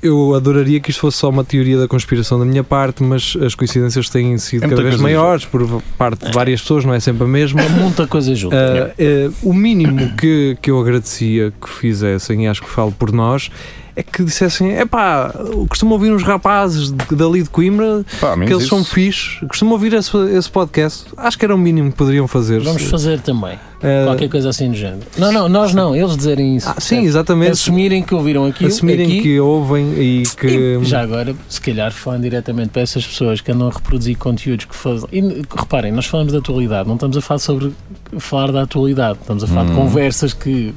Speaker 3: eu adoraria que isto fosse só uma teoria da conspiração da minha parte, mas as coincidências têm sido
Speaker 5: É muita
Speaker 3: cada
Speaker 5: coisa
Speaker 3: vez maiores por parte de várias pessoas, não é sempre
Speaker 5: [laughs]
Speaker 3: a mesma.
Speaker 4: É muita coisa junto.
Speaker 3: Ah, ah, o mínimo que, que eu agradecia que fizessem, e acho que falo por nós, é que dissessem: é pá, costumo ouvir uns rapazes de- dali de Coimbra,
Speaker 5: Pá, ao menos
Speaker 3: que eles são
Speaker 5: isso.
Speaker 3: fixes, costumo ouvir esse, esse podcast. Acho que era o mínimo que poderiam fazer.
Speaker 4: Vamos fazer também.
Speaker 3: Ah,
Speaker 4: Qualquer coisa assim do género. Não, não, nós não, eles dizerem isso.
Speaker 3: ah, sim,
Speaker 4: Portanto,
Speaker 3: exatamente.
Speaker 4: Assumirem que ouviram aquilo,
Speaker 3: Assumirem
Speaker 4: aqui,
Speaker 3: que ouvem e que.
Speaker 4: E já agora, se calhar, falando diretamente para essas pessoas que andam a reproduzir conteúdos que fazem. E, reparem, nós falamos de atualidade, não estamos a falar sobre falar da atualidade, estamos a falar de conversas que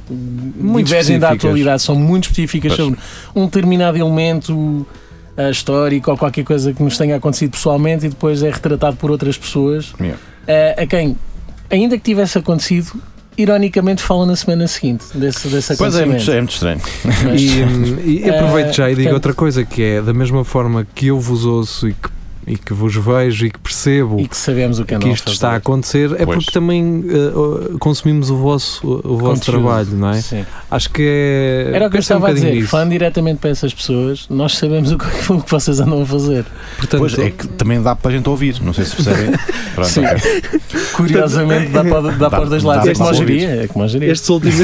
Speaker 3: Uhum. Muito
Speaker 4: divergem da
Speaker 3: específicas.
Speaker 4: atualidade, são muito específicas sobre um determinado elemento ah, histórico ou qualquer coisa que nos tenha acontecido pessoalmente e depois é retratado por outras pessoas
Speaker 5: Yeah.
Speaker 4: ah, a quem, ainda que tivesse acontecido, ironicamente falam na semana seguinte desse, desse
Speaker 5: Pois é, é
Speaker 4: acontecimento.
Speaker 5: muito, é muito estranho.
Speaker 4: Mas-
Speaker 3: E, hum, e
Speaker 4: Eh,
Speaker 3: aproveito já e digo
Speaker 4: portanto-
Speaker 3: outra coisa que é da mesma forma que eu vos ouço e que, e que vos vejo e que percebo
Speaker 4: e que sabemos o que,
Speaker 3: é que,
Speaker 4: andam a
Speaker 3: isto
Speaker 4: fazer.
Speaker 3: está a acontecer é
Speaker 5: Pois.
Speaker 3: porque também eh, oh, consumimos o vosso, o vosso
Speaker 4: Conteúdo.
Speaker 3: trabalho, não é?
Speaker 4: Sim.
Speaker 3: Acho que é.
Speaker 4: Era o que eu
Speaker 3: pensa um
Speaker 4: estava a
Speaker 3: bocadinho
Speaker 4: dizer,
Speaker 3: nisso.
Speaker 4: falando diretamente para essas pessoas, nós sabemos o que, [laughs] o que vocês andam a fazer.
Speaker 3: Portanto,
Speaker 5: Pois é que também dá para a gente ouvir, não sei se percebem. Pronto,
Speaker 4: Sim.
Speaker 5: ok.
Speaker 4: [laughs] Curiosamente, dá para, dá para os dois
Speaker 5: dá
Speaker 4: lados.
Speaker 5: para
Speaker 4: É como eu
Speaker 5: ouvir.
Speaker 4: diria, é como eu diria. [laughs]
Speaker 3: estes últimos.
Speaker 2: E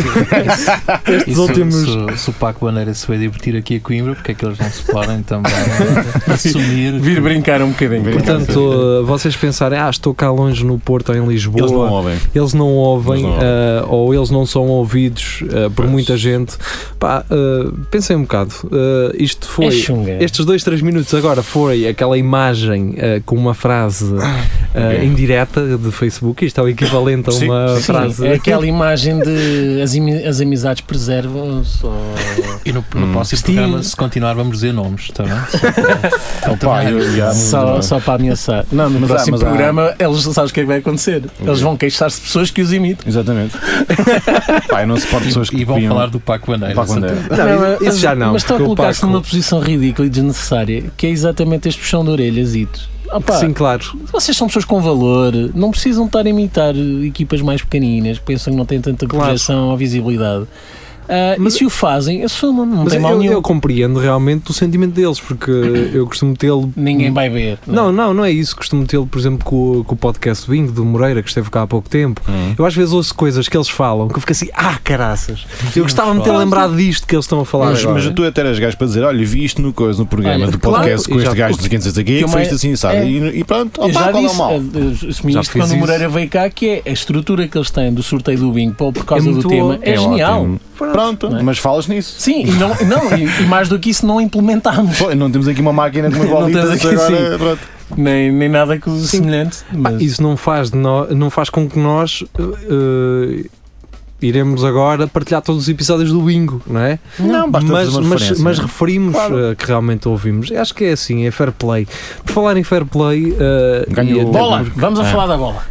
Speaker 3: [laughs] estes
Speaker 2: se,
Speaker 3: últimos.
Speaker 2: se- se o Paco Bandeira se vai divertir aqui a Coimbra, porque é que eles não se podem também né? assumir?
Speaker 4: Vir brincar um bocadinho.
Speaker 3: Portanto, eh, vocês pensarem, ah, estou cá longe no Porto ou em Lisboa.
Speaker 5: Eles não ouvem.
Speaker 3: eles não ouvem
Speaker 5: Eles não
Speaker 3: ah, ou eles não são ouvidos ah, por
Speaker 5: Pois.
Speaker 3: muita gente. Pá, ah, pensem um bocado. Ah, isto foi.
Speaker 4: é chunga.
Speaker 3: estes dois, três minutos agora foi aquela imagem ah, com uma frase ah,
Speaker 5: Ok.
Speaker 3: indireta de Facebook. Isto é o equivalente a
Speaker 5: Sim,
Speaker 3: uma
Speaker 4: Sim,
Speaker 3: frase.
Speaker 4: é aquela imagem de as, imi- as amizades preservam-se. ou-
Speaker 2: E no, no
Speaker 5: Hum.
Speaker 2: próximo programa, se continuar, vamos dizer nomes tá também.
Speaker 5: Opa, eu,
Speaker 4: Ah,
Speaker 5: já-
Speaker 4: Só, só para ameaçar. Não, no
Speaker 5: Mas há-
Speaker 4: próximo
Speaker 5: mas há-
Speaker 4: programa, eles sabes o que é que vai acontecer. Eles vão queixar-se de pessoas que os imitam.
Speaker 5: Exatamente. Pá, eu não suporto pessoas que
Speaker 2: E vão
Speaker 5: copiam
Speaker 2: falar do Paco Bandeira.
Speaker 5: Paco Bandeira.
Speaker 3: Não, isso já não.
Speaker 4: Mas estão a
Speaker 3: porque o
Speaker 4: colocar-se
Speaker 3: Paco-
Speaker 4: numa posição ridícula e desnecessária, que é exatamente este puxão de orelhas, Ito. Opa,
Speaker 3: Sim, claro.
Speaker 4: Vocês são pessoas com valor, não precisam estar a imitar eh, equipas mais pequeninas que pensam que não têm tanta
Speaker 3: Claro.
Speaker 4: projeção ou visibilidade. Ah,
Speaker 3: Mas-
Speaker 4: e se o fazem, assumam, não
Speaker 3: Mas
Speaker 4: tem
Speaker 3: eu,
Speaker 4: mal nenhum.
Speaker 3: eu compreendo realmente o sentimento
Speaker 4: [clears throat]
Speaker 3: deles, porque eu costumo tê-lo
Speaker 4: Ninguém vai ver.
Speaker 3: Não, não, não é isso. Costumo tê-lo, por exemplo, com, o- com o podcast do Bingo, do Moreira, que esteve cá há pouco tempo.
Speaker 5: Hum.
Speaker 3: Eu às vezes ouço coisas que eles falam que eu fico assim, ah, caraças. Eu gostava-me de ter lembrado disto que eles estão a falar.
Speaker 5: Mas,
Speaker 3: agora.
Speaker 5: mas tu até eras gajo para dizer: olha, vi isto no, coisa, no programa
Speaker 4: Olha,
Speaker 5: do
Speaker 4: claro,
Speaker 5: podcast com
Speaker 3: e já-
Speaker 5: este gajo de 500 aqui,
Speaker 4: que
Speaker 5: que
Speaker 4: uma-
Speaker 5: foi isto assim, sabe?
Speaker 4: é.
Speaker 5: E, e pronto,
Speaker 4: Eu
Speaker 5: opá,
Speaker 4: já
Speaker 5: qual é o
Speaker 4: disse,
Speaker 5: mal?
Speaker 4: eh, eh, assumi
Speaker 3: Já
Speaker 4: isto
Speaker 3: fiz
Speaker 4: quando o
Speaker 3: isso.
Speaker 4: Moreira veio cá, que é a estrutura que eles têm do sorteio do bingo por por causa
Speaker 3: É
Speaker 4: do
Speaker 3: muito
Speaker 4: tema,
Speaker 3: bom.
Speaker 4: é, genial.
Speaker 5: ótimo. Pronto,
Speaker 4: Não é?
Speaker 5: mas falas nisso.
Speaker 4: Sim, e, não, não, e, e mais do que isso, não implementámos.
Speaker 5: Pô, [laughs] não temos aqui uma máquina com uma
Speaker 3: Não
Speaker 5: bolita,
Speaker 3: temos aqui,
Speaker 5: agora. Pronto.
Speaker 4: nem, nem nada que o
Speaker 3: Sim.
Speaker 4: semelhante. Mas...
Speaker 3: Isso não faz, de nó- não faz com que nós eh, eh, iremos agora partilhar todos os episódios do bingo, não é?
Speaker 5: Não, basta
Speaker 3: mas,
Speaker 5: fazer uma
Speaker 3: mas,
Speaker 5: referência.
Speaker 3: mas referimos
Speaker 5: Claro.
Speaker 3: eh, que realmente ouvimos. Eu Acho que é assim, é fair play. Por falar em fair play, eh, e
Speaker 5: Ganhou.
Speaker 3: até
Speaker 4: Bola!
Speaker 3: por-
Speaker 4: Vamos a
Speaker 5: É.
Speaker 4: falar da bola.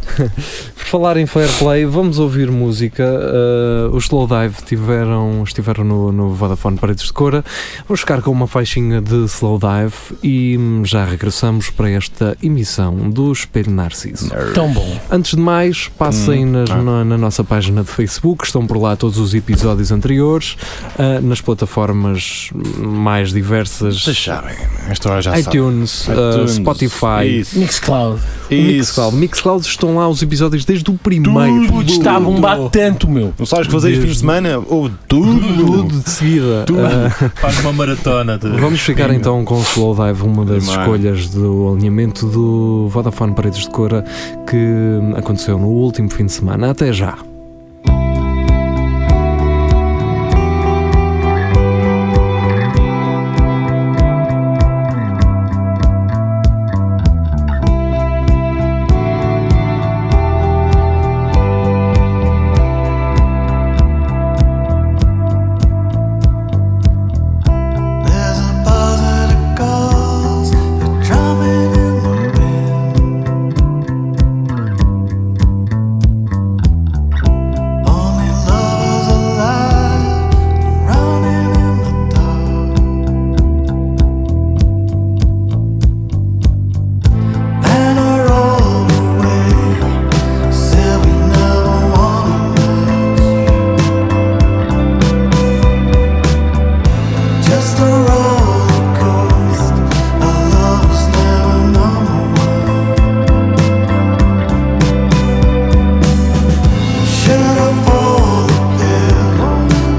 Speaker 3: Por falar em fair play, vamos ouvir música. Eh, os Slow Dive tiveram, estiveram no, no Vodafone Paredes de Cora. Vamos ficar com uma faixinha de Slow Dive e hum, já regressamos para esta emissão do Espelho Narciso.
Speaker 4: Tão bom.
Speaker 3: Antes de mais, passem nas-
Speaker 5: ah.
Speaker 3: na, na nossa página de Facebook, estão por lá todos os episódios anteriores, ah, nas plataformas mais diversas.
Speaker 5: Vocês sabem, esta hora já sabe.
Speaker 3: iTunes, ah,
Speaker 5: iTunes,
Speaker 3: Spotify,
Speaker 5: Isso.
Speaker 4: Mixcloud.
Speaker 3: o
Speaker 5: isso.
Speaker 3: Mixcloud. Mixcloud estão lá os episódios desde o primeiro. um
Speaker 4: Putz, está a bombar tanto, meu.
Speaker 5: Não sabes o que fazer este fim de semana? Ou
Speaker 3: Tudo
Speaker 5: tudo.
Speaker 3: de seguida.
Speaker 5: Tudo.
Speaker 3: Ah,
Speaker 2: Faz uma maratona. De...
Speaker 3: vamos ficar então com o Slow Dive, uma das
Speaker 5: Primeiro.
Speaker 3: escolhas do alinhamento do Vodafone Paredes de Cora que aconteceu no último fim de semana. Até já.
Speaker 6: Just a roller coaster. Our love was never normal. Should I fall the pill?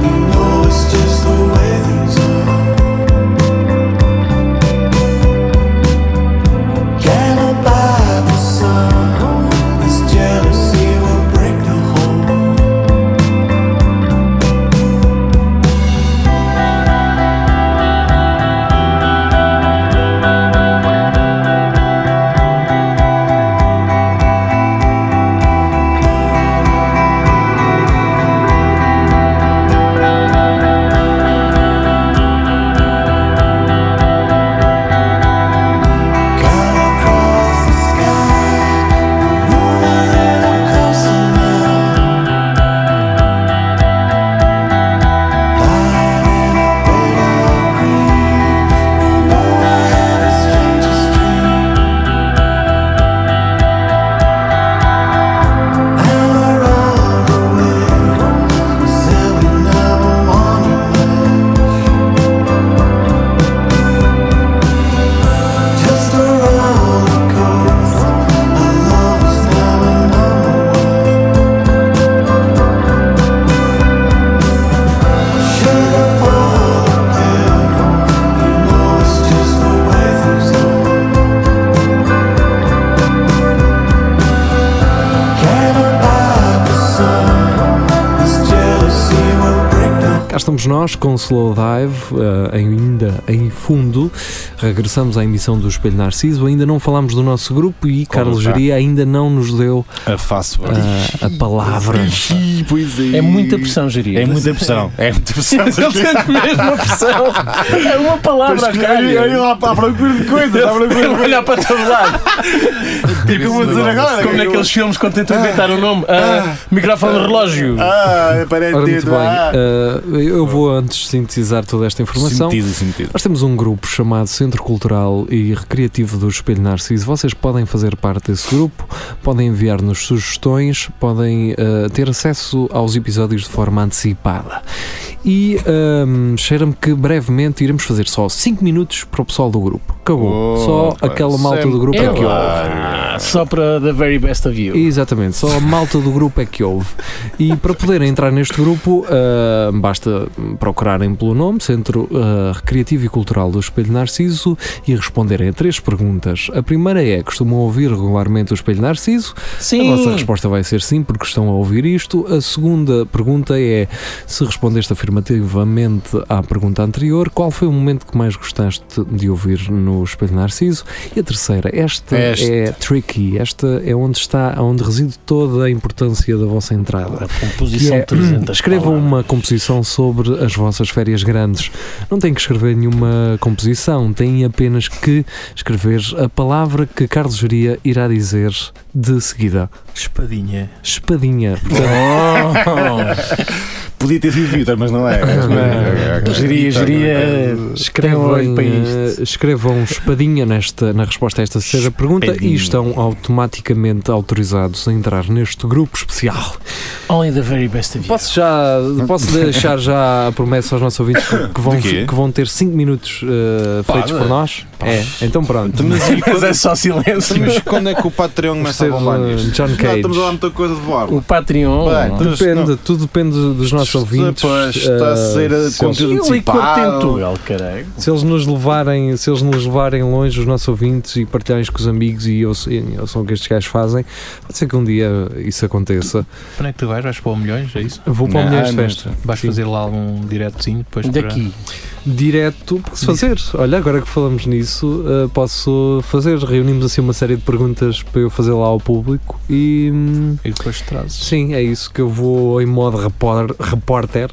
Speaker 6: You know it's just the way things are. Can I buy the sun? This jealousy will break the whole. Just a roller coaster. Our love was never normal. Should I fall the pill? You know it's just the way things are. Can I buy the sun? This jealousy will break the
Speaker 3: Cá estamos nós com o Slow Dive, eh, ainda em fundo. Regressamos à emissão do Espelho Narciso. Ainda não falámos do nosso grupo e Carlos
Speaker 5: está?
Speaker 3: Geria ainda não nos deu
Speaker 5: A faço.
Speaker 3: ah, a palavra.
Speaker 5: [laughs] Ih, pois
Speaker 4: É muita pressão, geria.
Speaker 5: É muita pressão. É muita pressão.
Speaker 4: Ele sente mesmo a pressão. É uma palavra, cara.
Speaker 5: lá para a procura de coisas. à procura de
Speaker 4: Olhar para todo lado.
Speaker 5: O que é que eu vou dizer agora?
Speaker 4: Como naqueles filmes quando tentam inventar o nome. Ah, microfone relógio.
Speaker 5: Ah, parece
Speaker 3: Ora, muito
Speaker 5: ter.
Speaker 3: bem,
Speaker 5: Ah.
Speaker 3: eh, eu vou antes sintetizar toda esta informação.
Speaker 5: Sentido, sentido.
Speaker 3: Nós temos um grupo chamado Centro Cultural e Recreativo do Espelho Narciso. Vocês podem fazer parte desse grupo, podem enviar-nos sugestões, podem eh, ter acesso aos episódios de forma antecipada. E hum, cheira-me que brevemente iremos fazer só 5 minutos para o pessoal do grupo. Acabou.
Speaker 5: Oh,
Speaker 3: só
Speaker 5: pá,
Speaker 3: aquela malta do grupo é
Speaker 4: É
Speaker 3: que ouve.
Speaker 4: lá. Ah, Só para the very best of you.
Speaker 3: Exatamente, só a malta do grupo é que ouve. E para poderem entrar neste grupo, ah, basta procurarem pelo nome, Centro ah, Recreativo e Cultural do Espelho Narciso, e responderem a três perguntas. A primeira é: costumam ouvir regularmente o Espelho Narciso?
Speaker 4: Sim.
Speaker 3: A vossa resposta vai ser sim, porque estão a ouvir isto. A segunda pergunta é: se respondeste afirmativamente à pergunta anterior, qual foi o momento que mais gostaste de ouvir no no Espelho Narciso. E a terceira, esta
Speaker 2: Esta.
Speaker 3: é tricky, esta é onde está, onde reside toda a importância da vossa entrada.
Speaker 4: composição
Speaker 3: Que é,
Speaker 4: de 300
Speaker 3: Escrevam
Speaker 4: um palavras.
Speaker 3: uma composição sobre as vossas férias grandes. Não têm que escrever nenhuma composição, têm apenas que escrever a palavra que Carlos Jeria irá dizer de seguida.
Speaker 2: Espadinha.
Speaker 3: Espadinha.
Speaker 4: Oh, [laughs]
Speaker 5: Podia ter sido Vitor, mas não é.
Speaker 4: é.
Speaker 3: Geria,
Speaker 4: Tá,
Speaker 3: geria,
Speaker 4: escrevam
Speaker 3: Escrevam, eh, escrevam espadinha nesta, na resposta a esta terceira pergunta e
Speaker 4: Espadinha.
Speaker 3: estão automaticamente autorizados a entrar neste grupo especial.
Speaker 4: Only the very best of you.
Speaker 3: Posso já posso deixar já a promessa aos nossos ouvintes que, que vão,
Speaker 4: De quê?
Speaker 3: que vão ter 5 minutos eh,
Speaker 5: Pá,
Speaker 3: feitos por
Speaker 5: não é?
Speaker 3: nós? É, então
Speaker 4: [laughs]
Speaker 3: pronto.
Speaker 4: é
Speaker 5: quando- Mas
Speaker 3: Estamos-
Speaker 5: quando é que o Patreon começa a
Speaker 3: Percebo,
Speaker 5: bombar nisto?
Speaker 3: eh, John
Speaker 5: Não,
Speaker 3: Cage.
Speaker 5: estamos a dar muita coisa de borla.
Speaker 4: O Patreon.
Speaker 5: Bem, estamos-
Speaker 3: Depende, tudo depende dos nossos ouvintes.
Speaker 5: Pois, está a ser a
Speaker 3: eh, se eles-
Speaker 4: assim,
Speaker 5: conteúdo antecipado.
Speaker 4: caralho.
Speaker 3: Se eles nos levarem, se eles nos levarem longe, os nossos ouvintes, e partilharem isto com os amigos e ouçam, e ouçam o que estes gajos fazem, pode ser que um dia isso aconteça.
Speaker 2: Onde é que tu vais? Vais para o Milhões, é isso?
Speaker 3: Vou para o
Speaker 2: Não,
Speaker 3: Milhões de
Speaker 2: mas
Speaker 3: Festa.
Speaker 2: Vais
Speaker 3: Sim.
Speaker 2: fazer lá algum diretozinho depois
Speaker 3: Daqui. Direto, posso fazer. Olha, agora que falamos nisso, eh, posso fazer. Reunimos assim uma série de perguntas para eu fazer lá ao público e. hum,
Speaker 2: E depois trazes.
Speaker 3: Sim, é isso que eu vou em modo repor- repórter.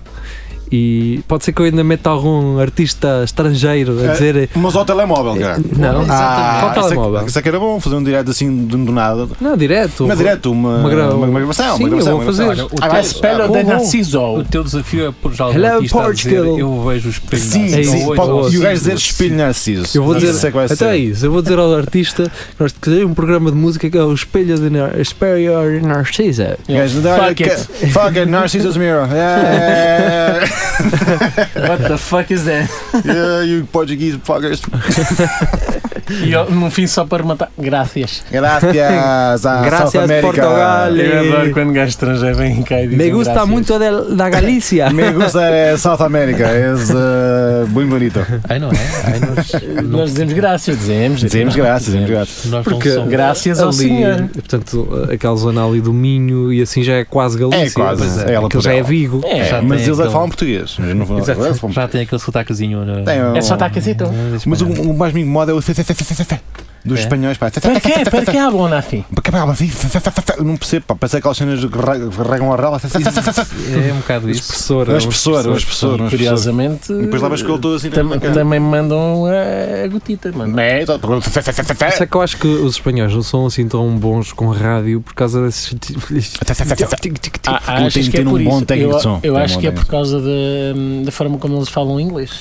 Speaker 3: E pode ser que eu ainda meta algum artista estrangeiro a
Speaker 5: É,
Speaker 3: dizer.
Speaker 5: Mas ao telemóvel, cara.
Speaker 3: Não,
Speaker 5: ah,
Speaker 3: É, ao telemóvel.
Speaker 5: Isso é que era bom, fazer um direto assim de do nada.
Speaker 3: Não, direto.
Speaker 5: Mas direto, uma, uma,
Speaker 3: gra-
Speaker 5: uma gravação.
Speaker 3: Sim,
Speaker 5: uma gravação,
Speaker 3: eu
Speaker 5: uma
Speaker 3: vou fazer.
Speaker 5: gravação. Ah,
Speaker 3: O
Speaker 5: vai,
Speaker 3: teu-
Speaker 5: ah,
Speaker 3: vou-
Speaker 5: vou-
Speaker 3: vou.
Speaker 2: O teu desafio é por já algum
Speaker 3: Hello,
Speaker 2: artista a dizer,
Speaker 3: Portugal.
Speaker 2: eu vejo os espelhos.
Speaker 5: Sim, sim, assim, pode- e o gajo dizer espelho narciso.
Speaker 3: Eu vou
Speaker 5: Isso é
Speaker 3: dizer,
Speaker 5: que vai
Speaker 3: até
Speaker 5: ser.
Speaker 3: é isso, eu vou dizer ao artista que nós queremos um programa de música que é o Espelho de Nar Espelho de Narciso.
Speaker 5: O gajo, olha,
Speaker 3: Fuck
Speaker 5: que- Fuck it, Narciso's Mirror. Yeah.
Speaker 4: What the fuck is that?
Speaker 5: yeah, you Portuguese fuckers.
Speaker 4: E eu, no é- fim, só para matar. Graças.
Speaker 5: Gracias a Gracias, South America. Portugal.
Speaker 4: Eu adoro quando gajo estrangeiro vem cá e diz. um graças.
Speaker 3: del- da [laughs] Galícia.
Speaker 5: Me gusta eh, South America. É eh, muito bonito.
Speaker 2: Ai, não é? Ai, nós,
Speaker 4: [laughs] Nós dizemos graças, dizemos.
Speaker 5: Dizemos graças, dizemos graças.
Speaker 2: nós não
Speaker 3: Porque
Speaker 2: somos-
Speaker 4: Graças ao
Speaker 3: ali,
Speaker 4: Senhor.
Speaker 3: Portanto, aquela zona ali do Minho e assim já é quase Galícia.
Speaker 5: É quase,
Speaker 3: não
Speaker 5: é ela
Speaker 3: Aquilo
Speaker 5: por
Speaker 3: já é
Speaker 5: ela.
Speaker 3: Vigo.
Speaker 4: É,
Speaker 5: É, mas
Speaker 2: já tem
Speaker 5: eles é que
Speaker 2: aquele-
Speaker 5: falam português. Mas não falam
Speaker 2: Exato.
Speaker 5: agora falam-
Speaker 2: Já tem aquele sotaquezinho. na-
Speaker 5: Tem um-
Speaker 4: É só taquecito.
Speaker 5: Mas o, o mais me incomoda é o fe- fe- fe- fe- fe- fe- dos
Speaker 2: É?
Speaker 5: espanhóis, pá.
Speaker 4: Para
Speaker 5: [laughs]
Speaker 4: quê? Para que há bom assim?
Speaker 5: Acabava assim. fe- fe- fe- fe- fe- Não percebo, pá. Parece aquelas cenas que re- que regam a rela. fe- fe- fe- fe- fe- fe-
Speaker 2: É um bocado isso.
Speaker 3: Expressora.
Speaker 5: Um expressor, um expressor, um expressor.
Speaker 4: Curiosamente.
Speaker 5: E depois lá vais com ele todo assim.
Speaker 4: tam-
Speaker 5: na cara.
Speaker 4: Também me mandam eh, a gotita, mano.
Speaker 5: É, só- fe- fe- fe- fe- fe-
Speaker 3: Só que eu acho que os espanhóis não são assim tão bons com rádio por causa desses. tipo,
Speaker 4: Ah,
Speaker 5: Como
Speaker 4: achas
Speaker 5: tem de
Speaker 4: que é
Speaker 5: ter um
Speaker 4: por
Speaker 5: bom
Speaker 4: isso?
Speaker 5: técnico
Speaker 4: eu,
Speaker 5: de som.
Speaker 4: Eu
Speaker 5: Tem um
Speaker 4: acho
Speaker 5: bom
Speaker 4: que é
Speaker 5: técnico
Speaker 4: por causa da, da forma como eles falam inglês.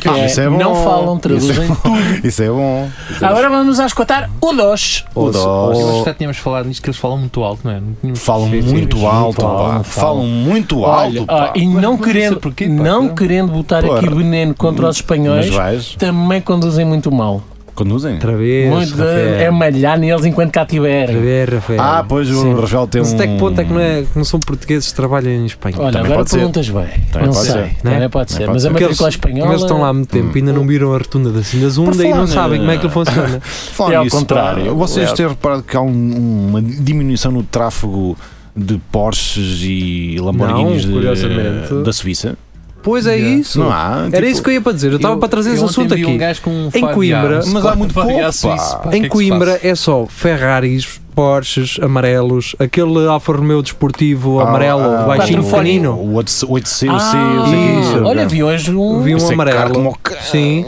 Speaker 4: Que
Speaker 5: Ah,
Speaker 4: é,
Speaker 5: isso é bom.
Speaker 4: não
Speaker 5: [laughs]
Speaker 4: falam, traduzem
Speaker 5: Isso é-
Speaker 4: tudo.
Speaker 5: Isso é bom.
Speaker 4: Agora vamos a escutar o dos.
Speaker 5: O dó.
Speaker 2: Eu acho que já tínhamos falado nisto que eles falam muito alto, não é? Não tínhamos-
Speaker 5: Falam
Speaker 2: Sim, sim,
Speaker 5: muito
Speaker 2: sim,
Speaker 5: alto, pá.
Speaker 2: falam,
Speaker 5: Falam
Speaker 2: falam.
Speaker 5: muito
Speaker 4: Olha,
Speaker 5: alto,
Speaker 4: ah,
Speaker 5: pá.
Speaker 4: e não querendo,
Speaker 2: porquê, pá,
Speaker 4: não
Speaker 2: caramba.
Speaker 4: querendo botar
Speaker 5: Porra.
Speaker 4: aqui veneno contra os
Speaker 5: Mas
Speaker 4: espanhóis,
Speaker 5: vais.
Speaker 4: também conduzem muito mal.
Speaker 5: Conduzem?
Speaker 3: [laughs] Outra vez.
Speaker 4: muito de- é
Speaker 3: Rafael.
Speaker 4: malhar neles enquanto cá
Speaker 3: Outra
Speaker 4: tiverem.
Speaker 3: vez, Rafael.
Speaker 5: Ah, pois
Speaker 3: É. Sim.
Speaker 5: o Rafael tem um.
Speaker 3: Mas até que ponto é que não, é, que não são portugueses que trabalham em Espanha?
Speaker 4: Olha,
Speaker 5: Também
Speaker 4: agora
Speaker 5: pode ser.
Speaker 4: perguntas bem.
Speaker 5: Também
Speaker 4: não
Speaker 5: pode
Speaker 4: sei,
Speaker 5: ser.
Speaker 4: também
Speaker 3: Né?
Speaker 4: pode ser.
Speaker 5: Também
Speaker 4: Mas é a
Speaker 5: pode
Speaker 3: Porque
Speaker 4: matrícula
Speaker 3: eles,
Speaker 4: espanhola
Speaker 3: eles estão lá há muito
Speaker 5: Hum.
Speaker 3: tempo e ainda não viram a rotunda da Sinazunda e
Speaker 5: falar
Speaker 3: não
Speaker 5: na-
Speaker 3: sabem como é
Speaker 5: [laughs]
Speaker 3: que ele funciona.
Speaker 5: Falar
Speaker 4: É ao
Speaker 5: nisso,
Speaker 4: contrário.
Speaker 5: pá, Vocês
Speaker 4: É.
Speaker 5: têm reparado que há um- uma diminuição no tráfego de Porsches e Lamborghinis de-
Speaker 3: curiosamente.
Speaker 5: da Suíça?
Speaker 3: Pois é isso.
Speaker 5: Não há?
Speaker 3: Era
Speaker 5: Tipo,
Speaker 3: isso que eu ia para dizer. Eu estava para trazer esse
Speaker 2: eu ontem
Speaker 3: assunto
Speaker 2: vi
Speaker 3: aqui.
Speaker 2: Um gajo com um
Speaker 3: Em Coimbra,
Speaker 5: mas há muito pouco, pá.
Speaker 3: em Coimbra é só Ferraris, Porsches, amarelos, aquele Alfa Romeo desportivo
Speaker 5: há-
Speaker 3: amarelo,
Speaker 5: há-
Speaker 3: baixinho,
Speaker 5: o-
Speaker 3: pequenino.
Speaker 5: O 8C, o 8C, o C,
Speaker 4: Ah,
Speaker 5: o C, o C, o C.
Speaker 4: olha, vi hoje um.
Speaker 3: Vi um
Speaker 5: Isso é caro como
Speaker 3: amarelo.
Speaker 5: o c-
Speaker 3: Sim.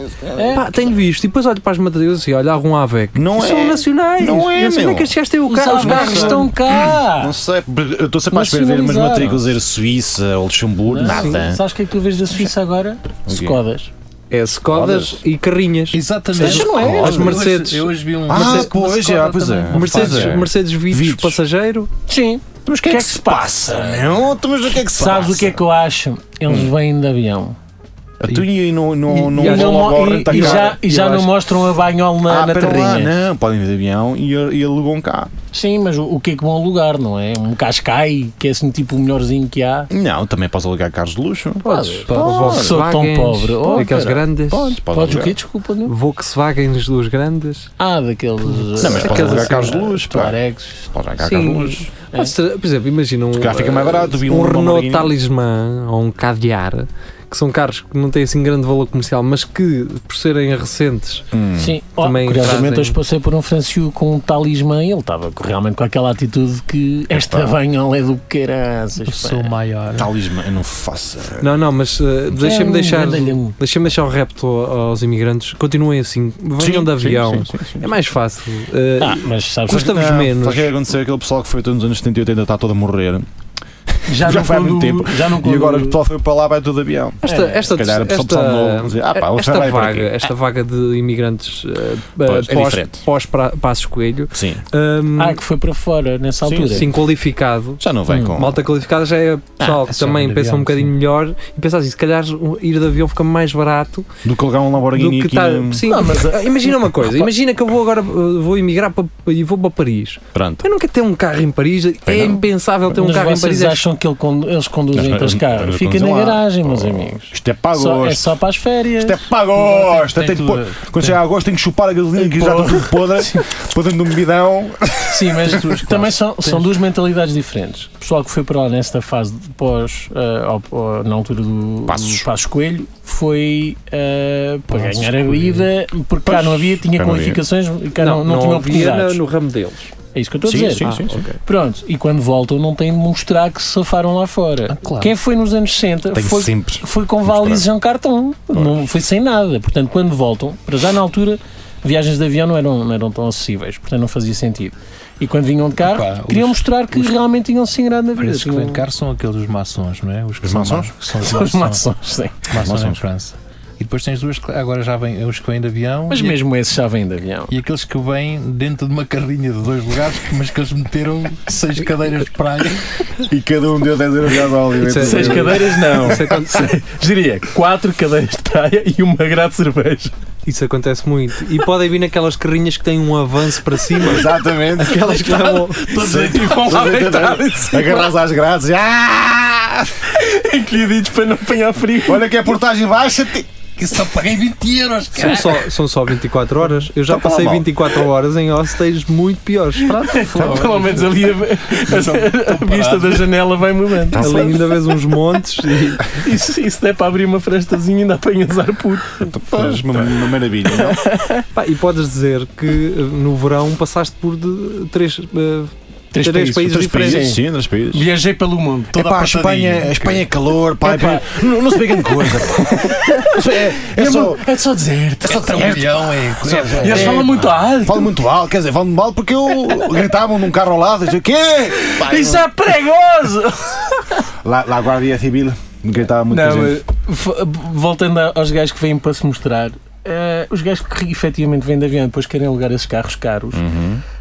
Speaker 3: Pá, tenho visto. E depois olho para as matérias e olho algum AVEC.
Speaker 5: Não
Speaker 3: São
Speaker 5: é.
Speaker 3: nacionais.
Speaker 5: Não é,
Speaker 3: Eu sei
Speaker 5: meu.
Speaker 3: Onde é que estes gajos têm o
Speaker 4: Os
Speaker 3: carro? Os
Speaker 4: carros
Speaker 3: carros
Speaker 4: estão cá.
Speaker 5: Não sei, porque Ah. eu estou sempre à espera de ver umas
Speaker 4: Nacionalizaram.
Speaker 5: matrículas dizer Suíça ou Luxemburgo, nada.
Speaker 4: Sabes o que é que tu vês da Suíça agora?
Speaker 5: quê?
Speaker 4: Skodas.
Speaker 3: É Skodas e carrinhas.
Speaker 2: Exatamente.
Speaker 3: Isto não é. As
Speaker 2: Eu hoje-
Speaker 3: Mercedes.
Speaker 2: Eu hoje vi um.
Speaker 5: Ah,
Speaker 2: Mercedes com uma
Speaker 5: pois é,
Speaker 2: Skoda
Speaker 5: pois é.
Speaker 2: também.
Speaker 3: Mercedes,
Speaker 5: Rapaz, é.
Speaker 3: Mercedes Vitos,
Speaker 5: Vitos.
Speaker 3: passageiro.
Speaker 4: Sim.
Speaker 5: Mas o que é que se passa, meu? Mas o que é que se
Speaker 4: Sabes o que é
Speaker 5: passa?
Speaker 4: que eu acho? Eles
Speaker 5: Hum.
Speaker 4: vêm de avião.
Speaker 5: A tu e não não- não
Speaker 4: e, não,
Speaker 5: vão logo ao
Speaker 4: mo- e- e
Speaker 5: rentacar.
Speaker 4: já, e
Speaker 3: Eu
Speaker 4: já não
Speaker 3: acho-
Speaker 4: mostram a banhola na,
Speaker 5: Ah,
Speaker 4: na
Speaker 5: pera lá,
Speaker 4: terrinha.
Speaker 5: não, podem vir de avião e, e alugam cá.
Speaker 4: Sim, mas o, o que é que vão alugar, não é? Um Cascai, que é assim tipo o melhorzinho que há.
Speaker 5: Não, também podes alugar carros de luxo.
Speaker 3: Podes,
Speaker 4: podes. Sou tão pobre. Oh,
Speaker 3: aqueles
Speaker 4: caralho.
Speaker 3: grandes.
Speaker 5: Podes, podes
Speaker 4: Podes o
Speaker 5: alugar.
Speaker 4: quê? Desculpa, não?
Speaker 3: Volkswagens dos grandes.
Speaker 4: Ah, daqueles. eh,
Speaker 5: Não, mas podes alugar carros de luxo, pá.
Speaker 4: Tuaregs.
Speaker 5: Podes alugar carros de luxo.
Speaker 4: É.
Speaker 3: Podes ter- por exemplo, imagina um,
Speaker 5: Porque já fica mais barato, vi
Speaker 3: um
Speaker 5: um
Speaker 3: Renault
Speaker 5: Lamborghini.
Speaker 3: Talismã ou um Caviar que são carros que não têm assim grande valor comercial, mas que por serem recentes
Speaker 5: Hum.
Speaker 4: Sim, Oh,
Speaker 3: também
Speaker 4: curiosamente
Speaker 3: trazem-
Speaker 4: hoje passei por um Francio com um talismã e ele estava com- realmente com aquela atitude que esta banhola é do que caraças. Sou
Speaker 2: maior.
Speaker 5: Hum. Talismã, eu não faço.
Speaker 3: Não, não, mas eh, deixem-me
Speaker 4: um
Speaker 3: deixar,
Speaker 4: grande alhão.
Speaker 3: deixem deixar o repto ao- aos imigrantes. Continuem assim, venham
Speaker 5: Sim,
Speaker 3: de
Speaker 5: sim,
Speaker 3: avião.
Speaker 5: sim, sim, sim.
Speaker 3: É mais fácil. eh,
Speaker 4: Ah, mas sabes-
Speaker 3: Custa-vos
Speaker 5: Não,
Speaker 3: menos.
Speaker 5: Sabe o que é que aconteceu? Aquele pessoal que foi nos anos 70 e 80 está todo a morrer.
Speaker 4: Já, não
Speaker 5: foi há muito
Speaker 4: condu-
Speaker 5: tempo.
Speaker 4: Já não
Speaker 5: e agora o
Speaker 4: condu-
Speaker 5: pessoal foi para lá, vai tudo de avião.
Speaker 3: Esta,
Speaker 5: É,
Speaker 3: esta,
Speaker 5: se calhar é
Speaker 3: esta,
Speaker 5: pessoal pessoal novo. vamos dizer, ah, pá, o
Speaker 3: esta
Speaker 5: ferro vai para
Speaker 3: vaga,
Speaker 5: aqui.
Speaker 3: esta vaga de imigrantes eh,
Speaker 5: Pois, é
Speaker 3: pós,
Speaker 5: diferente.
Speaker 3: pós pra- Passos Coelho,
Speaker 5: Sim.
Speaker 3: hum,
Speaker 4: Ah, que foi para fora nessa
Speaker 3: sim,
Speaker 4: altura.
Speaker 3: sim, qualificado.
Speaker 5: Já não vem
Speaker 4: Hum.
Speaker 5: com.
Speaker 3: Malta qualificada já é pessoal
Speaker 4: Ah,
Speaker 3: que
Speaker 4: só
Speaker 3: também
Speaker 4: de
Speaker 3: pensa
Speaker 4: avião,
Speaker 3: um bocadinho melhor e pensa assim: se calhar um- ir de avião fica mais barato
Speaker 5: Do que alugar um
Speaker 3: do
Speaker 5: Lamborghini
Speaker 3: que
Speaker 5: aqui.
Speaker 3: estar.
Speaker 5: hum,
Speaker 3: Sim,
Speaker 4: Não,
Speaker 3: [laughs]
Speaker 4: mas, ah,
Speaker 3: imagina uma coisa:
Speaker 4: repara-
Speaker 3: imagina que eu vou agora eh, vou emigrar para, e vou para Paris.
Speaker 5: Pronto.
Speaker 3: Eu não quero ter um carro em Paris, é
Speaker 5: não.
Speaker 3: impensável ter um
Speaker 4: Mas
Speaker 3: carro em
Speaker 4: vocês
Speaker 3: Paris. é-
Speaker 4: acham que ele condu- eles conduzem
Speaker 5: Mas-
Speaker 4: aqueles
Speaker 5: mas-
Speaker 4: carros?
Speaker 5: mas
Speaker 4: Fica na
Speaker 5: conduzem lá.
Speaker 4: garagem, meus amigos.
Speaker 5: Isto é para
Speaker 4: Só- é
Speaker 5: agosto.
Speaker 4: só para as férias.
Speaker 5: Isto é para agosto.
Speaker 2: Tem
Speaker 5: Até que
Speaker 2: tudo.
Speaker 5: pô- Quando chegar a agosto, tenho que chupar a gasolina que já está tudo
Speaker 3: [laughs]
Speaker 5: podre. Para dentro de um bidão.
Speaker 4: Sim, mas
Speaker 2: duas
Speaker 4: também
Speaker 2: classes.
Speaker 4: são,
Speaker 2: Tens-
Speaker 4: são duas mentalidades diferentes. O pessoal que foi para lá nesta fase de pós, ah, ao- ao- na altura do
Speaker 5: Passos.
Speaker 4: do Passos Coelho, foi ah, para
Speaker 2: Passos
Speaker 4: ganhar a vida, porque cá
Speaker 5: Pois,
Speaker 4: não havia, tinha
Speaker 5: cá não havia.
Speaker 4: qualificações, cá não, não, tinha
Speaker 3: havia na-
Speaker 4: oportunidades.
Speaker 3: no ramo deles.
Speaker 4: É isso que eu estou a
Speaker 5: Sim,
Speaker 4: dizer.
Speaker 5: sim,
Speaker 3: Ah,
Speaker 5: sim. sim.
Speaker 3: ok.
Speaker 4: Pronto, e quando voltam não têm de mostrar que se safaram lá fora.
Speaker 2: claro.
Speaker 4: Quem foi nos anos 60
Speaker 5: Tenho
Speaker 4: foi,
Speaker 5: sempre.
Speaker 4: foi com valizes em cartão, não foi sem nada. Portanto, quando voltam, para já na altura, viagens de avião não eram, não eram tão acessíveis, portanto não fazia sentido. E quando vinham de carro,
Speaker 2: Epá,
Speaker 4: queriam
Speaker 2: os-
Speaker 4: mostrar que realmente tinham se engrado na vida.
Speaker 2: Esses que
Speaker 4: tinham-
Speaker 2: vêm de carro são aqueles maçons, não é? que
Speaker 5: Os
Speaker 2: são
Speaker 5: maçons?
Speaker 2: ma- São os
Speaker 4: São [laughs] os
Speaker 2: maçons.
Speaker 4: maçons, sim.
Speaker 2: Maçons em
Speaker 5: Maçons.
Speaker 2: França. E depois tens duas. cla- Agora já vêm os que vêm de avião.
Speaker 4: Mas
Speaker 2: e
Speaker 4: mesmo esses já vêm de avião.
Speaker 2: E aqueles que vêm dentro de uma carrinha de dois lugares, mas que eles meteram seis cadeiras
Speaker 4: [laughs]
Speaker 2: de praia.
Speaker 5: E cada um deu 10 euros de óleo.
Speaker 3: Isso é-
Speaker 4: Seis cadeiras não.
Speaker 3: Isso acon-
Speaker 4: Diria, quatro cadeiras de praia e uma grade de cerveja.
Speaker 3: Isso acontece muito. E podem vir naquelas carrinhas que têm um avanço para cima.
Speaker 5: Exatamente.
Speaker 3: Aquelas que levam.
Speaker 4: Todos aqui vão lá deitar em
Speaker 3: é
Speaker 4: cima.
Speaker 5: Agarras às grades. Ah!
Speaker 4: encolhidos para não apanhar frio.
Speaker 5: Olha que a portagem baixa. ti-
Speaker 2: Que só paguei 20 euros, cara.
Speaker 3: São só, são só 24 horas. Eu já
Speaker 5: Então,
Speaker 3: passei
Speaker 5: fala mal.
Speaker 3: 24 horas em hostels muito piores. [laughs]
Speaker 4: Pelo menos ali a, a- a vista da janela vai mudando.
Speaker 3: Ali ainda vês uns montes e
Speaker 4: Isso, isso der para abrir uma frestazinha ainda apanhas ar puto.
Speaker 5: Faz uma, uma maravilha. Não? é?
Speaker 3: Pá, e podes dizer que eh, no verão passaste por de, três, eh, três, países, diferentes.
Speaker 5: Sim, nos países.
Speaker 4: Viajei pelo mundo.
Speaker 5: É pá, a Espanha, a Espanha é calor, pá, é pá, Não, não se vê grande coisa. pá. É, é só.
Speaker 4: É só deserto.
Speaker 2: Só trabalhão, é. coisa.
Speaker 4: E eles falam muito alto.
Speaker 5: Falo muito alto, quer dizer, falo muito alto porque eu gritavam num carro ao lado, dizia, quê? Pá,
Speaker 4: Isso é pregoso!
Speaker 5: Lá, lá a Guardia Civil gritava muito
Speaker 4: Não, mas, f- voltando a- aos gajos que vêm para se mostrar, eh, os gajos que efetivamente vêm de avião e depois querem alugar esses carros caros,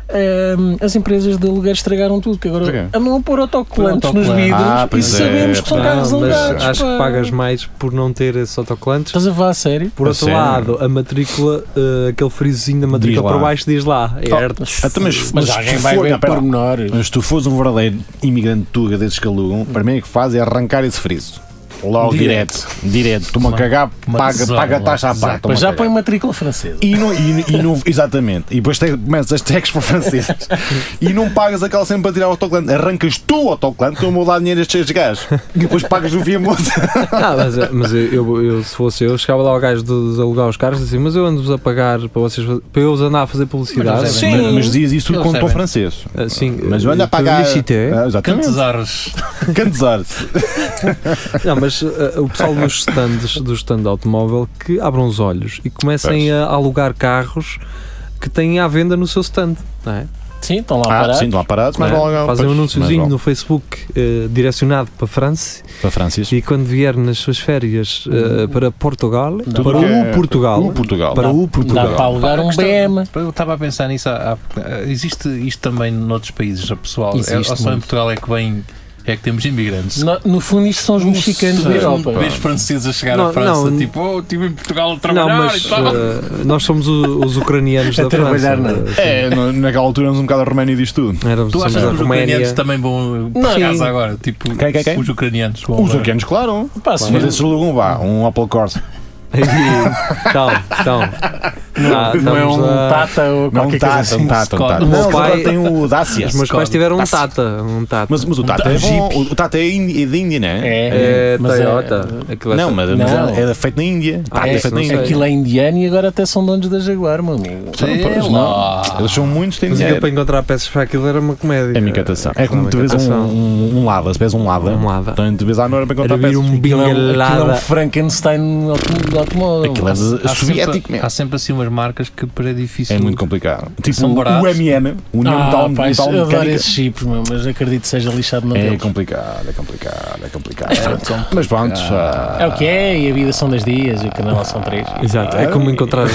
Speaker 4: eh, as empresas de aluguer estragaram tudo, que agora
Speaker 5: Porquê?
Speaker 4: andam a pôr autocolantes nos
Speaker 2: Autocolantes.
Speaker 4: vidros
Speaker 5: Ah,
Speaker 4: e
Speaker 5: pois é,
Speaker 4: sabemos que são
Speaker 5: pois é.
Speaker 4: carros
Speaker 3: Ah, mas
Speaker 4: alugados.
Speaker 3: acho
Speaker 4: pá.
Speaker 3: que pagas mais por não ter esses autocolantes.
Speaker 4: Estás a falar a sério?
Speaker 3: Por
Speaker 5: Então, A
Speaker 3: outro
Speaker 5: sério?
Speaker 3: lado, a matrícula, eh, aquele frisozinho da matrícula
Speaker 5: lá. Oh.
Speaker 3: para baixo diz lá.
Speaker 5: [laughs]
Speaker 3: É hertz.
Speaker 5: Até Ah, então, mas,
Speaker 4: Mas
Speaker 5: se
Speaker 4: alguém
Speaker 5: tu
Speaker 4: vai
Speaker 5: for-
Speaker 4: ver
Speaker 5: não, pera lá.
Speaker 4: pormenores.
Speaker 5: Mas se tu fores um verdadeiro imigrante tuga desses que alugam, para mim o que faz é arrancar esse friso. Logo direto, direto. Toma a cagar,
Speaker 2: uma
Speaker 5: paga,
Speaker 2: tesoura,
Speaker 5: paga a
Speaker 2: uma
Speaker 5: taxa à
Speaker 2: tesoura.
Speaker 5: parte.
Speaker 4: Mas
Speaker 5: toma cagar.
Speaker 4: já põe matrícula francesa.
Speaker 5: E não, e, e não, [laughs] exatamente. E depois te- começas as tags para franceses. E não pagas aquela sempre para tirar o autocolante. Arrancas tu o autocolante, eu vou dar dinheiro a estes gajos. E depois pagas no fim a
Speaker 4: [laughs]
Speaker 5: multa.
Speaker 3: Ah, mas mas eu, eu- eu, se fosse eu, chegava lá ao gajo dos alugar os carros e dizia, mas eu ando-vos a pagar para, vocês, faz- para eu os andar a fazer publicidade.
Speaker 2: Mas eles
Speaker 5: Mas, mas diz isso
Speaker 2: Eles
Speaker 5: com tom
Speaker 2: sabem.
Speaker 5: francês.
Speaker 3: Ah, sim,
Speaker 5: Mas
Speaker 3: eh,
Speaker 5: eu ando a
Speaker 3: para
Speaker 5: pagar.
Speaker 3: publicité.
Speaker 5: Ah, exatamente.
Speaker 2: Quantos ares?
Speaker 5: Cantesar.
Speaker 3: Não, mas eh, o pessoal dos stands, do stand de automóvel, que abram os olhos e comecem a alugar carros que têm à venda no seu stand, não é?
Speaker 4: Sim, estão lá a
Speaker 5: Ah,
Speaker 4: parar.
Speaker 5: sim, estão lá parados, mas
Speaker 3: Não é?
Speaker 5: vão lá-
Speaker 3: Fazem
Speaker 5: pois,
Speaker 3: um
Speaker 5: mas
Speaker 3: anúnciozinho
Speaker 5: vão.
Speaker 3: no Facebook eh, direcionado para a França
Speaker 5: Para Francis.
Speaker 3: E quando vier nas suas férias eh, para Portugal,
Speaker 5: Tudo
Speaker 3: para
Speaker 5: que
Speaker 3: o
Speaker 5: é-
Speaker 3: Portugal,
Speaker 5: O Portugal.
Speaker 3: para o
Speaker 4: Dá para
Speaker 3: Portugal.
Speaker 4: alugar
Speaker 2: Pá, a
Speaker 4: um
Speaker 2: questão-
Speaker 4: BM.
Speaker 2: Eu estava a pensar nisso. há- há- existe isto também noutros países, a pessoal? É, ou
Speaker 4: Existe
Speaker 2: só em
Speaker 4: muito.
Speaker 2: Portugal é que vem. É que temos imigrantes.
Speaker 4: No, no fundo, isto são os mexicanos da Europa.
Speaker 2: Vês franceses a chegar
Speaker 3: Não,
Speaker 2: à França,
Speaker 3: não.
Speaker 2: tipo, oh, estive em Portugal a
Speaker 3: Não,
Speaker 2: trabalhar
Speaker 3: mas
Speaker 2: e tal.
Speaker 3: eh, nós somos o- os ucranianos
Speaker 4: A
Speaker 3: da França.
Speaker 4: trabalhar, não.
Speaker 3: Eh,
Speaker 5: [laughs] É, no- naquela altura éramos um bocado a Roménia diz tudo.
Speaker 3: éramos-
Speaker 2: Tu
Speaker 3: somos
Speaker 2: achas
Speaker 3: da
Speaker 2: que os
Speaker 3: [laughs]
Speaker 2: ucranianos
Speaker 3: Roménia.
Speaker 2: também vão
Speaker 4: Não.
Speaker 2: para casa
Speaker 4: Sim.
Speaker 2: agora? Tipo,
Speaker 5: Quem, quem, quem?
Speaker 2: os ucranianos. vão
Speaker 5: Os
Speaker 2: agora.
Speaker 5: arqueanos, claro.
Speaker 4: Pá, se
Speaker 5: Mas
Speaker 4: vir-
Speaker 5: um esses alugam, vá, um Opel Corsa.
Speaker 3: E- Então, então, Ah,
Speaker 4: não é
Speaker 3: estamos
Speaker 4: um
Speaker 3: a-
Speaker 4: tata ou
Speaker 5: Não,
Speaker 4: qualquer
Speaker 5: um tata,
Speaker 4: coisa assim.
Speaker 5: um tata, um
Speaker 4: Scott.
Speaker 5: tata.
Speaker 4: O meu
Speaker 5: Não,
Speaker 4: pai-
Speaker 5: agora tem
Speaker 3: [laughs]
Speaker 5: o Dacia.
Speaker 3: Os meus pais
Speaker 5: Scott.
Speaker 3: tiveram um
Speaker 5: Dacia.
Speaker 3: tata, um tata.
Speaker 5: Mas, mas o Tata é bom. O- O Tata é in- é da Índia, não é?
Speaker 3: É, É, mas é- Toyota. Aquilo é
Speaker 5: Não,
Speaker 3: feito-
Speaker 5: mas mas
Speaker 3: Não.
Speaker 5: é é feito na Índia.
Speaker 4: Ah,
Speaker 5: Tata é
Speaker 4: é,
Speaker 5: feito na
Speaker 4: não sei.
Speaker 5: Índia.
Speaker 4: aquilo é indiano e agora até são donos da Jaguar, meu amigo.
Speaker 5: pois não. Eles são muitos, têm
Speaker 3: Mas aquilo
Speaker 5: dinheiro.
Speaker 3: para encontrar peças para aquilo era uma comédia.
Speaker 5: É minha catação. É como tu vês um, um, um lada, se vês um lada, um lada. Então tu vês a Nora para encontrar
Speaker 3: Era
Speaker 5: peças.
Speaker 3: vir
Speaker 5: Aquilo
Speaker 3: um
Speaker 5: é
Speaker 4: Aquilo é um
Speaker 5: aquilo
Speaker 4: Frankenstein autom- automóvel.
Speaker 5: Aquilo é
Speaker 2: Há sempre-
Speaker 5: soviético mesmo.
Speaker 2: Há sempre assim umas marcas que para difícil.
Speaker 5: É muito complicado. Tipo
Speaker 2: São
Speaker 5: o
Speaker 2: baratos.
Speaker 5: MM, União
Speaker 4: ah,
Speaker 5: Metal
Speaker 4: pá,
Speaker 5: Metal
Speaker 4: eu adoro
Speaker 5: Mecânica.
Speaker 4: esses chips, meu, mas acredito que seja lixado na
Speaker 5: É complicado, é complicado, é complicado.
Speaker 4: Mas pronto.
Speaker 5: Mas pronto.
Speaker 2: Ah.
Speaker 4: É o que é, e a vida são 10 dias, e o canal são 3.
Speaker 3: Exato, é
Speaker 5: [laughs]
Speaker 3: como encontrar,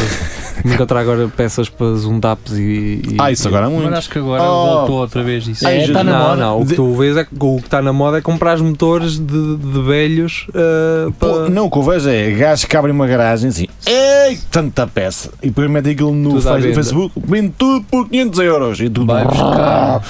Speaker 3: como encontrar agora peças para zundaps e, e.
Speaker 5: Ah, isso agora é muito.
Speaker 2: Mas acho que agora
Speaker 5: Oh.
Speaker 2: voltou outra vez isso.
Speaker 3: É,
Speaker 2: tá
Speaker 3: não,
Speaker 2: moda.
Speaker 3: não, o que tu vês é que o que está na moda é comprar os motores de, de velhos ah, para.
Speaker 5: Não, o que eu vejo é gajos que abrem uma garagem assim, ei, tanta peça, e depois metem aquilo no
Speaker 3: Tudo à
Speaker 5: Face-
Speaker 3: venda.
Speaker 5: Facebook, vende tudo por 500 euros, e tudo.
Speaker 2: Vai buscar.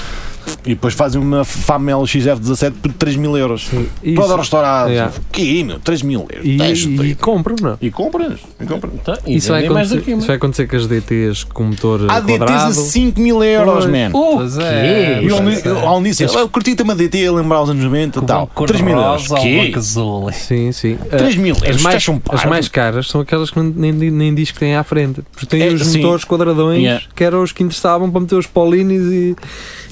Speaker 5: E depois fazem uma FAMEL XF17 por 3 mil euros.
Speaker 3: Isso.
Speaker 5: Para o restaurante.
Speaker 3: Yeah.
Speaker 5: Que meu, 3 mil euros.
Speaker 3: E,
Speaker 5: Tens,
Speaker 3: e,
Speaker 5: tens.
Speaker 3: compram, não?
Speaker 5: E compras. E compras.
Speaker 3: Isso vai,
Speaker 4: mais
Speaker 3: acontecer,
Speaker 4: do que,
Speaker 3: isso vai acontecer com as DTs com motor
Speaker 5: Há DTs a
Speaker 3: quadrado.
Speaker 5: 5 mil euros,
Speaker 3: Pois.
Speaker 5: man.
Speaker 4: O
Speaker 2: Pois
Speaker 5: E ele-
Speaker 2: é.
Speaker 5: ele- Ao início, eu curti ter uma DT a lembrar os anos 90 e tal. 3 mil euros.
Speaker 2: Que?
Speaker 5: Então, Que?
Speaker 2: Azul.
Speaker 3: Sim, sim.
Speaker 5: 3 mil
Speaker 3: Ah, as
Speaker 5: euros.
Speaker 3: mais,
Speaker 5: estás um
Speaker 3: as
Speaker 5: parvo.
Speaker 3: mais caras são aquelas que nem, nem- nem diz que têm à frente. Porque têm
Speaker 5: É,
Speaker 3: os
Speaker 5: sim.
Speaker 3: motores quadradões
Speaker 5: Yeah.
Speaker 3: que eram os que interessavam para meter os polines e.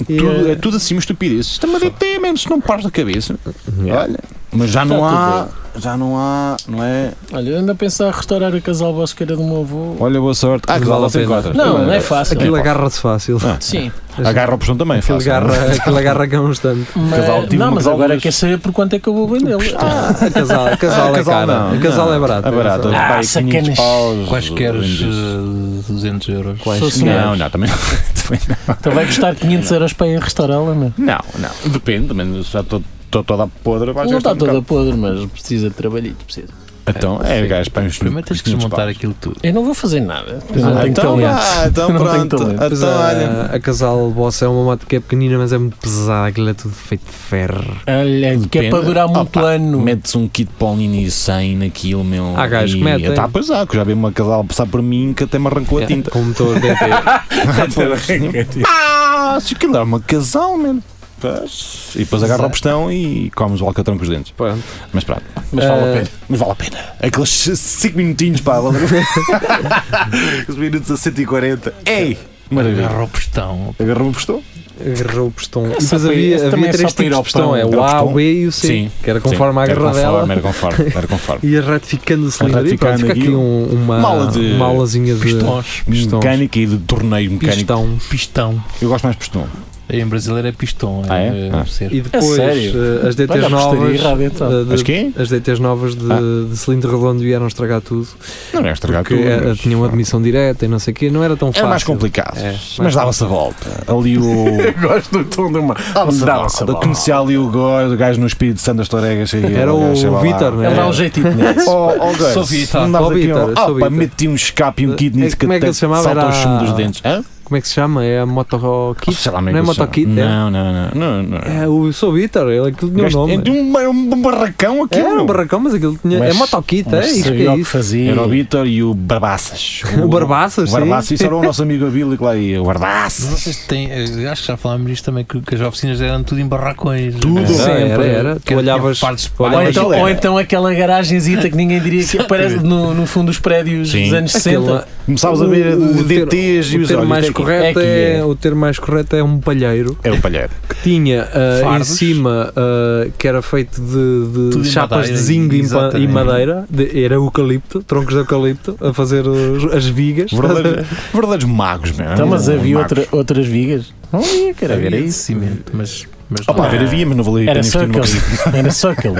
Speaker 3: e,
Speaker 5: Tudo-
Speaker 3: ah,
Speaker 5: é tudo assim uma estupidez. Isto é uma DT mesmo, se não pares da cabeça.
Speaker 3: Yeah.
Speaker 5: Olha, mas já não
Speaker 4: Está
Speaker 5: há. Já não há, não é?
Speaker 4: Olha, eu ando a pensar a restaurar o casal bosqueira do meu avô.
Speaker 5: Olha, boa sorte. Ah, que
Speaker 3: Vale a
Speaker 5: lá você
Speaker 3: pena.
Speaker 5: encontras.
Speaker 4: Não, não é fácil.
Speaker 3: Aquilo
Speaker 5: É, pá.
Speaker 3: agarra-se fácil.
Speaker 4: Sim.
Speaker 5: Agarra o puxão também.
Speaker 3: Aquilo
Speaker 5: fácil, não é?
Speaker 3: agarra, aquilo agarra cá um instante.
Speaker 4: Mas,
Speaker 5: Casal, tive
Speaker 4: não,
Speaker 5: uma
Speaker 4: mas
Speaker 5: casal
Speaker 4: agora
Speaker 5: duas.
Speaker 4: quer saber por quanto é que eu vou [laughs] vendê-lo. Ah,
Speaker 3: A casal, a [laughs] casal,
Speaker 5: Ah,
Speaker 3: é caro.
Speaker 5: não,
Speaker 3: A casal
Speaker 5: não.
Speaker 3: é barato.
Speaker 5: É barato.
Speaker 3: a casal.
Speaker 4: Ah,
Speaker 5: Pai, 500
Speaker 4: sacanas.
Speaker 5: paus,
Speaker 2: Quaisquer
Speaker 5: vendes.
Speaker 2: eh, 200 euros.
Speaker 4: Quais-
Speaker 5: Não, não, também também não.
Speaker 4: então vai custar 500 euros para ir restaurá-la, não é?
Speaker 5: Não, não. Depende, mas já estou estou toda podre. vais
Speaker 4: Não
Speaker 5: gastar
Speaker 4: está
Speaker 5: um
Speaker 4: toda
Speaker 5: bocado.
Speaker 4: podre, mas precisa de trabalhinho, precisa.
Speaker 5: Então, é, gajo, para uns
Speaker 2: Primeiro tens que
Speaker 5: 500
Speaker 2: desmontar
Speaker 5: paus.
Speaker 2: aquilo tudo.
Speaker 4: Eu não vou fazer nada. Eu
Speaker 5: Ah,
Speaker 4: não tenho
Speaker 5: então,
Speaker 4: talento.
Speaker 5: vá, então
Speaker 4: Eu um [laughs] não tenho
Speaker 5: pronto.
Speaker 4: talento.
Speaker 5: Então,
Speaker 3: Pois é. a,
Speaker 5: olha.
Speaker 3: a casal boss é uma moto que é pequenina, mas é muito pesada. Aquilo é tudo feito de ferro.
Speaker 4: Olha, que é
Speaker 5: Depende.
Speaker 4: para durar muito
Speaker 5: Opa,
Speaker 4: ano.
Speaker 5: Metes um kit Paulini e 100 naquilo, meu.
Speaker 3: Há gajos que
Speaker 5: e-
Speaker 3: metem.
Speaker 5: Tá, pois há, que já vi uma casal passar por mim que até me arrancou a
Speaker 3: É, [laughs]
Speaker 5: tinta.
Speaker 3: com motor DT.
Speaker 5: ah, se aquilo era uma casal, mano. Pois. E depois agarra o pistão e comes o alcatrão com os dentes.
Speaker 3: Pronto.
Speaker 5: Mas pronto,
Speaker 4: Mas vale a
Speaker 3: Eh,
Speaker 4: pena.
Speaker 5: mas vale a pena. Aqueles 5 minutinhos, pá, vale a pena. Os minutos a 140. Ei! Maravilha.
Speaker 2: Agarra o pistão.
Speaker 5: Agarrou o pistão?
Speaker 3: Agarrou o pistão. E depois
Speaker 4: para- esse
Speaker 3: havia,
Speaker 4: também
Speaker 3: havia
Speaker 4: é
Speaker 3: três
Speaker 4: só para ir
Speaker 3: tipos de
Speaker 4: ao pão.
Speaker 3: pistão: é
Speaker 5: Era
Speaker 3: o
Speaker 5: o
Speaker 3: A, o
Speaker 5: pistão?
Speaker 3: B e o C,
Speaker 5: Sim,
Speaker 3: que era conforme a
Speaker 5: Era
Speaker 3: garra dela.
Speaker 5: conforme, era conforme, era
Speaker 3: [laughs]
Speaker 5: conforme.
Speaker 3: E a ratificando o cilindro. E pronto,
Speaker 5: Ratificando
Speaker 3: fica
Speaker 5: aqui
Speaker 3: aqui um- uma,
Speaker 5: uma aula de
Speaker 3: uma aulazinha de
Speaker 2: Pistões.
Speaker 3: pistões.
Speaker 5: Mecânica e de torneio mecânico.
Speaker 3: Pistão.
Speaker 2: Pistão.
Speaker 5: Eu gosto mais de pistão.
Speaker 2: Em brasileiro é pistão.
Speaker 5: Ah, é?
Speaker 2: eh,
Speaker 5: Ah.
Speaker 2: ser.
Speaker 3: E depois
Speaker 4: sério?
Speaker 3: eh, as DTs
Speaker 4: Olha, apostaria
Speaker 3: novas.
Speaker 4: errado, então.
Speaker 3: eh, de-
Speaker 5: Mas quê?
Speaker 3: as DTs novas de, de cilindro redondo vieram estragar tudo.
Speaker 5: Não era estragado.
Speaker 3: Porque
Speaker 5: tudo,
Speaker 3: eh,
Speaker 5: mas-
Speaker 3: tinham admissão direta e não sei o quê. Não era tão fácil.
Speaker 5: Era mais complicado.
Speaker 3: É,
Speaker 5: mas
Speaker 3: mais
Speaker 5: dava-se a volta. Ali
Speaker 3: [laughs]
Speaker 5: o.
Speaker 4: Gosto do tom de uma.
Speaker 5: Dava-se a
Speaker 4: Dava-se a
Speaker 5: volta.
Speaker 4: volta.
Speaker 5: Conhecia ali o gajo, o gajo no espírito de Sandas Toregas. aí,
Speaker 3: Era o
Speaker 5: gajo, sei lá.
Speaker 3: Vítor, não é?
Speaker 4: Ele dá um jeitinho nesse.
Speaker 5: Oh, oh, gajo,
Speaker 2: Sou Vítor.
Speaker 5: não dava
Speaker 3: Oh,
Speaker 5: aqui,
Speaker 3: Vítor,
Speaker 5: não.
Speaker 3: sou
Speaker 5: Ah, pá,
Speaker 3: Vítor.
Speaker 5: meti um escape e um kit nisso
Speaker 3: É, como é que
Speaker 5: até
Speaker 3: ele se chamava?
Speaker 5: salta
Speaker 3: Era-
Speaker 5: o chumbo dos dentes. Hã?
Speaker 3: Como é que se chama? É a Moto Kit?
Speaker 5: Sei lá,
Speaker 3: não
Speaker 5: como que
Speaker 3: é
Speaker 5: ele se
Speaker 3: Moto
Speaker 5: chama.
Speaker 3: Kit? É?
Speaker 5: Não, não, não. não, não.
Speaker 3: É, o Sou Vitor, ele aquilo tinha um
Speaker 5: Gajo-
Speaker 3: nome.
Speaker 5: É de um, era um barracão aqui.
Speaker 3: É, era um barracão, mas aquilo tinha.
Speaker 4: [laughs] Mas-
Speaker 3: é Motokit, é
Speaker 4: mas
Speaker 3: isso que
Speaker 4: sabia
Speaker 3: é
Speaker 4: o que
Speaker 3: isso.
Speaker 4: fazia.
Speaker 5: Era o Vítor e o Barbaças.
Speaker 3: [laughs] O Barbaças,
Speaker 5: O
Speaker 3: sim.
Speaker 5: um Barbaças. Isso era o nosso amigo Abílio que lá ia. O
Speaker 2: Mas
Speaker 5: Barbaças.
Speaker 2: Vocês têm, eh, acho que já falámos disto também, que, que as oficinas eram tudo em barracões.
Speaker 5: Tudo.
Speaker 2: Era-
Speaker 3: Sim, era, era.
Speaker 2: Que
Speaker 3: Tu olhavas.
Speaker 2: tinha partes de
Speaker 4: Ou
Speaker 3: olhavas
Speaker 4: então,
Speaker 5: aquilo era.
Speaker 4: ou então aquela garagenzinha que ninguém diria que aparece no, no fundo dos prédios
Speaker 5: Sim.
Speaker 4: dos anos 60.
Speaker 3: aquela-
Speaker 5: Começavas a ver
Speaker 3: o- o ter-
Speaker 5: DTs e
Speaker 3: o
Speaker 5: os
Speaker 3: termo
Speaker 5: olhos.
Speaker 3: mais
Speaker 5: até aqui.
Speaker 3: correto
Speaker 4: É que
Speaker 3: é,
Speaker 4: é.
Speaker 3: o termo mais correto é um palheiro
Speaker 5: É o palheiro.
Speaker 3: que tinha ah, em
Speaker 2: Fardos.
Speaker 3: cima ah, que era feito de- de,
Speaker 2: Tudo em
Speaker 3: chapas de
Speaker 2: madeira,
Speaker 3: zinco e pa- e
Speaker 2: exatamente.
Speaker 3: madeira de- era eucalipto troncos de eucalipto a fazer os- as vigas [laughs]
Speaker 5: Verdadeiros, verdadeiros magos, mesmo.
Speaker 4: Então, mas havia
Speaker 5: Magos.
Speaker 4: outra- outras vigas? Não havia, cara.
Speaker 2: Era
Speaker 4: Era,
Speaker 2: de cimento, mas. mas
Speaker 5: Opa,
Speaker 2: não.
Speaker 5: a ver, havia, mas não valia
Speaker 4: era
Speaker 5: a
Speaker 4: só
Speaker 5: pena
Speaker 4: aquele.
Speaker 5: investir
Speaker 4: Era só aquele.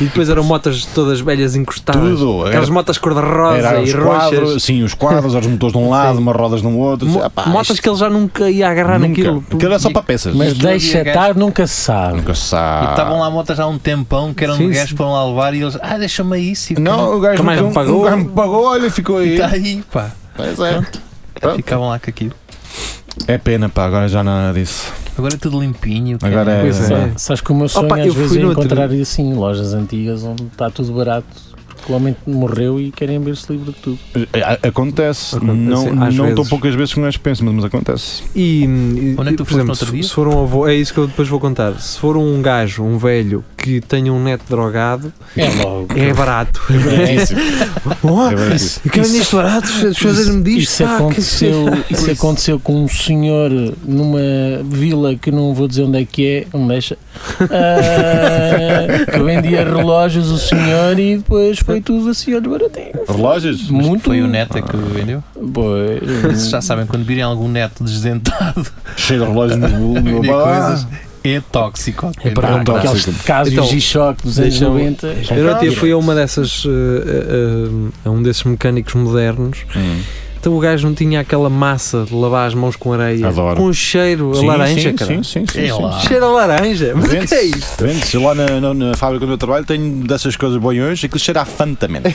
Speaker 3: e depois eram motas todas velhas encostadas
Speaker 5: Tudo, era-
Speaker 3: aquelas motas
Speaker 5: numa coisa.
Speaker 3: cor-de-rosa
Speaker 5: Era
Speaker 3: e
Speaker 5: os
Speaker 3: roxas
Speaker 5: quadros, sim, os quadros, os motores de um lado, umas rodas de um outro.
Speaker 3: Mo-
Speaker 5: Ah, pá,
Speaker 3: motas
Speaker 5: isto
Speaker 3: que ele já nunca ia agarrar
Speaker 5: nunca.
Speaker 3: naquilo
Speaker 5: Aquilo era só para peças.
Speaker 4: Mas
Speaker 2: Aquilo
Speaker 4: deixa
Speaker 2: havia gajos-
Speaker 4: estar, nunca se sabe.
Speaker 5: nunca se
Speaker 2: E
Speaker 3: tá
Speaker 5: sabe.
Speaker 2: estavam lá motas há um tempão que eram
Speaker 3: Sim,
Speaker 2: gajos
Speaker 3: sim.
Speaker 2: para lá levar e eles, ah, deixa-me aí, se
Speaker 5: Não, o gajo
Speaker 3: Também
Speaker 5: nunca-
Speaker 3: me pagou. Tá.
Speaker 5: O gajo me pagou, olha, ficou
Speaker 3: [laughs]
Speaker 5: aí.
Speaker 2: está aí, pá.
Speaker 5: Pois é. Pronto.
Speaker 2: Ficavam lá com aquilo.
Speaker 5: É pena, pá, agora já nada disso.
Speaker 2: Agora é tudo limpinho. cara.
Speaker 5: Agora é.
Speaker 3: Pois é.
Speaker 4: Sabes que o meu sonho
Speaker 3: Opa, eu
Speaker 4: às vezes
Speaker 3: fui
Speaker 4: é
Speaker 3: no outro-
Speaker 4: encontrar assim lojas antigas onde está tudo barato. que o homem morreu e querem ver-se livre de tudo.
Speaker 5: A- Acontece, não,
Speaker 3: às
Speaker 5: não tão
Speaker 3: vezes.
Speaker 5: poucas vezes que nós pensamos, mas [laughs] acontece.
Speaker 3: E, e,
Speaker 2: Onde é que tu
Speaker 3: por
Speaker 2: foste no
Speaker 3: exemplo,
Speaker 2: outro
Speaker 3: se,
Speaker 2: dia?
Speaker 3: se for um avô, é isso que eu depois vou contar. Se for um gajo, um velho que tenha um neto drogado,
Speaker 4: É logo.
Speaker 3: é barato.
Speaker 4: É
Speaker 3: [laughs]
Speaker 4: baratíssimo.
Speaker 3: oh,
Speaker 4: É baratíssimo.
Speaker 3: eu quero
Speaker 4: Isso-
Speaker 3: nisto barato, fazer-me disto.
Speaker 4: Isso é
Speaker 3: pá, que- é
Speaker 4: aconteceu, isso aconteceu com um senhor numa vila que não vou dizer onde é que é, não me deixa, ah, que vendia relógios o senhor e depois foi tudo assim, olha, baratinho.
Speaker 5: Relógios?
Speaker 4: Muito.
Speaker 2: Foi o neto é que vendeu? Vocês já sabem, quando virem algum neto desdentado,
Speaker 5: cheio de relógios [laughs] no
Speaker 2: no
Speaker 5: bar.
Speaker 2: coisas, é tóxico.
Speaker 3: É para
Speaker 2: Pá,
Speaker 3: comprar.
Speaker 2: aqueles-
Speaker 4: casos de choque dos anos
Speaker 3: deixa-me-
Speaker 4: 90.
Speaker 3: Então, Eu até fui a uma dessas. eh, eh, eh, a um desses mecânicos modernos.
Speaker 5: Hum.
Speaker 3: Então o gajo não tinha aquela massa de lavar as mãos com areia.
Speaker 5: Adoro.
Speaker 3: Com cheiro a
Speaker 5: Sim,
Speaker 3: laranja,
Speaker 5: sim,
Speaker 3: cara.
Speaker 5: sim, sim, sim,
Speaker 3: É
Speaker 5: sim.
Speaker 3: lá. Cheiro a laranja. Mas o que é isso?
Speaker 5: Vende-se. Lá na, na, na fábrica onde eu trabalho tenho dessas coisas boiões e que cheira a Fanta, man.
Speaker 2: a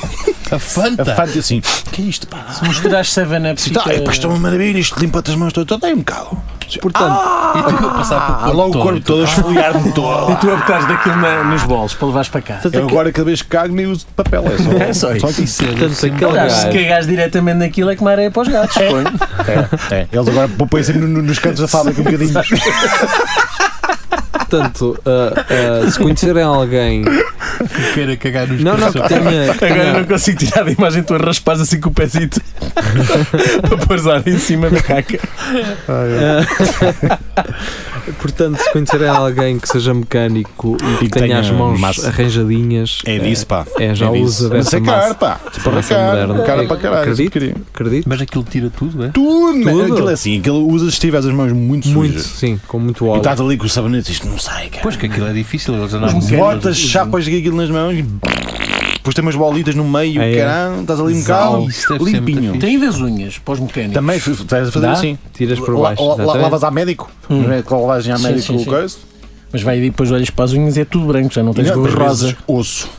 Speaker 2: É Fanta?
Speaker 5: A Fanta, assim. que é isto, pá?
Speaker 4: Se misturar 7-Up,
Speaker 5: Sim, tá, é, pá, isto é uma maravilha, isto limpa-te as mãos todas, dá um bocado.
Speaker 3: Portanto,
Speaker 5: ah,
Speaker 2: e tu a passar pelo corpo
Speaker 5: logo o corpo
Speaker 2: todo, e tu-
Speaker 5: todo, Ah. a esfoliar-me [laughs] todo.
Speaker 4: E tu apertares daquilo na- nos bolos para levares para cá.
Speaker 5: Eu agora cada vez que cago nem uso de papel, [laughs] é só,
Speaker 4: É só isso.
Speaker 5: isso.
Speaker 3: Portanto, aquele
Speaker 4: Aliás, se
Speaker 3: gajo.
Speaker 4: cagares diretamente naquilo um é que areia para os gatos. [laughs] suponho.
Speaker 5: É, é. Eles agora põem sempre no- no- nos cantos da fábrica um [laughs] bocadinho.
Speaker 3: Portanto, ah, ah, se conhecerem alguém.
Speaker 2: que queira cagar nos
Speaker 3: Não, não, que
Speaker 2: colchões.
Speaker 3: tenha. Que
Speaker 4: Agora eu não
Speaker 3: tenha
Speaker 4: consigo tirar da imagem tu a raspares assim com o
Speaker 2: [laughs]
Speaker 4: pezito para pôres ar em cima da caca.
Speaker 3: ah, portanto, se conhecerem alguém que seja mecânico e que
Speaker 5: E que
Speaker 3: tenha as
Speaker 5: tenha
Speaker 3: mãos
Speaker 5: massa.
Speaker 3: arranjadinhas.
Speaker 5: É disso, pá.
Speaker 3: É, já
Speaker 5: disso.
Speaker 3: usa
Speaker 5: Mas
Speaker 3: dessa
Speaker 5: é caro,
Speaker 3: massa.
Speaker 5: pá. Tipo, é
Speaker 3: massa
Speaker 5: caro.
Speaker 3: moderna.
Speaker 5: Caro para caralho.
Speaker 3: Acredito.
Speaker 5: queria.
Speaker 3: eh, Acredito.
Speaker 2: Mas aquilo tira tudo, é?
Speaker 5: Tudo, man.
Speaker 3: Tudo.
Speaker 5: Aquilo é assim, aquilo usa se tiveres as mãos muito
Speaker 3: Muito,
Speaker 5: sujas.
Speaker 3: sim, com
Speaker 5: E
Speaker 3: muito
Speaker 5: tá-
Speaker 3: óleo.
Speaker 5: estás ali com o sabonete, isto não sai, cara.
Speaker 2: Pois que aquilo é difícil, eles andavam
Speaker 5: Botas, chapas de aquilo nas mãos e depois tem umas bolitas no meio,
Speaker 3: É.
Speaker 5: caralho, estás ali um
Speaker 2: Exato.
Speaker 5: bocado
Speaker 2: Isso deve ser muito
Speaker 5: limpinho.
Speaker 2: fixe.
Speaker 4: Tem das unhas para os mecânicos.
Speaker 5: Também f- estás a fazer
Speaker 4: Dá?
Speaker 5: assim.
Speaker 3: Tiras por
Speaker 5: La-
Speaker 3: baixo.
Speaker 5: la-
Speaker 3: exatamente.
Speaker 5: lavas a médico.
Speaker 4: Hum.
Speaker 5: Não é que lavagem a
Speaker 4: Sim,
Speaker 5: médico
Speaker 4: sim, sim.
Speaker 5: coisa.
Speaker 4: Mas vai depois olhas para as unhas e é tudo branco, já não tens
Speaker 5: Não,
Speaker 4: cor
Speaker 5: às
Speaker 4: rosa.
Speaker 5: vezes, Osso.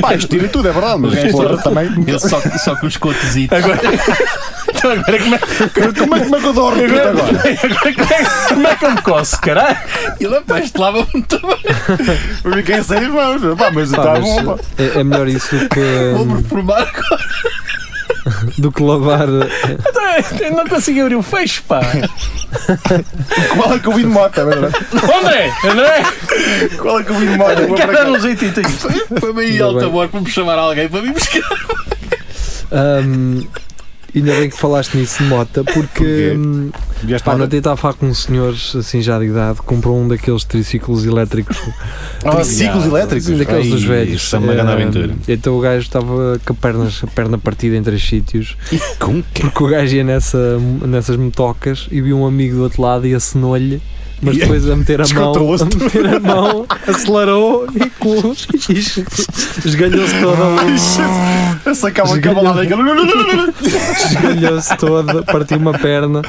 Speaker 5: Pá, isto tira tudo, é verdade, mas
Speaker 2: resto
Speaker 5: porra,
Speaker 2: é-
Speaker 5: também.
Speaker 2: Ele só, só com os cotozitos.
Speaker 4: Então agora como é,
Speaker 5: Como é, como é que eu dou o repito agora?
Speaker 4: agora como é- como é que eu me coço, caralho?
Speaker 2: Ele
Speaker 5: é
Speaker 2: apaixonava lava-me também.
Speaker 5: Eu fiquei sem mãos, pá, mas
Speaker 2: tá
Speaker 3: Pá,
Speaker 5: está
Speaker 3: mas,
Speaker 5: bom. pá.
Speaker 3: eh, é, é melhor isso do
Speaker 2: Vou-me
Speaker 3: que,
Speaker 2: reformar agora.
Speaker 3: do que lavar. eh,
Speaker 4: Eu não consigo abrir o fecho, pá.
Speaker 5: Qual [laughs] é que eu vim de moto? é verdade?
Speaker 4: André, André,
Speaker 5: Qual é que eu vim de moto? Eu vou
Speaker 4: quero
Speaker 5: para
Speaker 4: dar
Speaker 5: cá.
Speaker 4: um jeitinho a isto.
Speaker 2: Põe-me aí
Speaker 3: Ainda
Speaker 2: alta
Speaker 3: bem.
Speaker 2: voz para me chamar alguém para me buscar.
Speaker 3: ahm, Ainda bem que falaste nisso de mota, porque
Speaker 5: Porquê?
Speaker 3: hum,
Speaker 5: Vieste
Speaker 3: pá,
Speaker 5: lá
Speaker 3: no
Speaker 5: na-
Speaker 3: outro dia estava a falar com um senhor assim já de idade, comprou um daqueles triciclos elétricos
Speaker 5: Ah, ciclos elétricos.
Speaker 3: daqueles dos
Speaker 5: Ai,
Speaker 3: velhos.
Speaker 5: Isso é uma grande
Speaker 3: Ah,
Speaker 5: [laughs] aventura.
Speaker 3: Então o gajo estava com a perna, a perna partida em três sítios,
Speaker 5: E com que
Speaker 3: porque o gajo ia nessa, nessas motocas e viu um amigo do outro lado e acenou-lhe. Mas
Speaker 5: E-
Speaker 3: depois a meter a mão,
Speaker 5: Descontrolou-se.
Speaker 3: a meter a mão, acelerou e com- e es- esgalhou-se toda,
Speaker 5: Sacava a cavalada [laughs]
Speaker 3: esgalhou-se toda, partiu uma perna.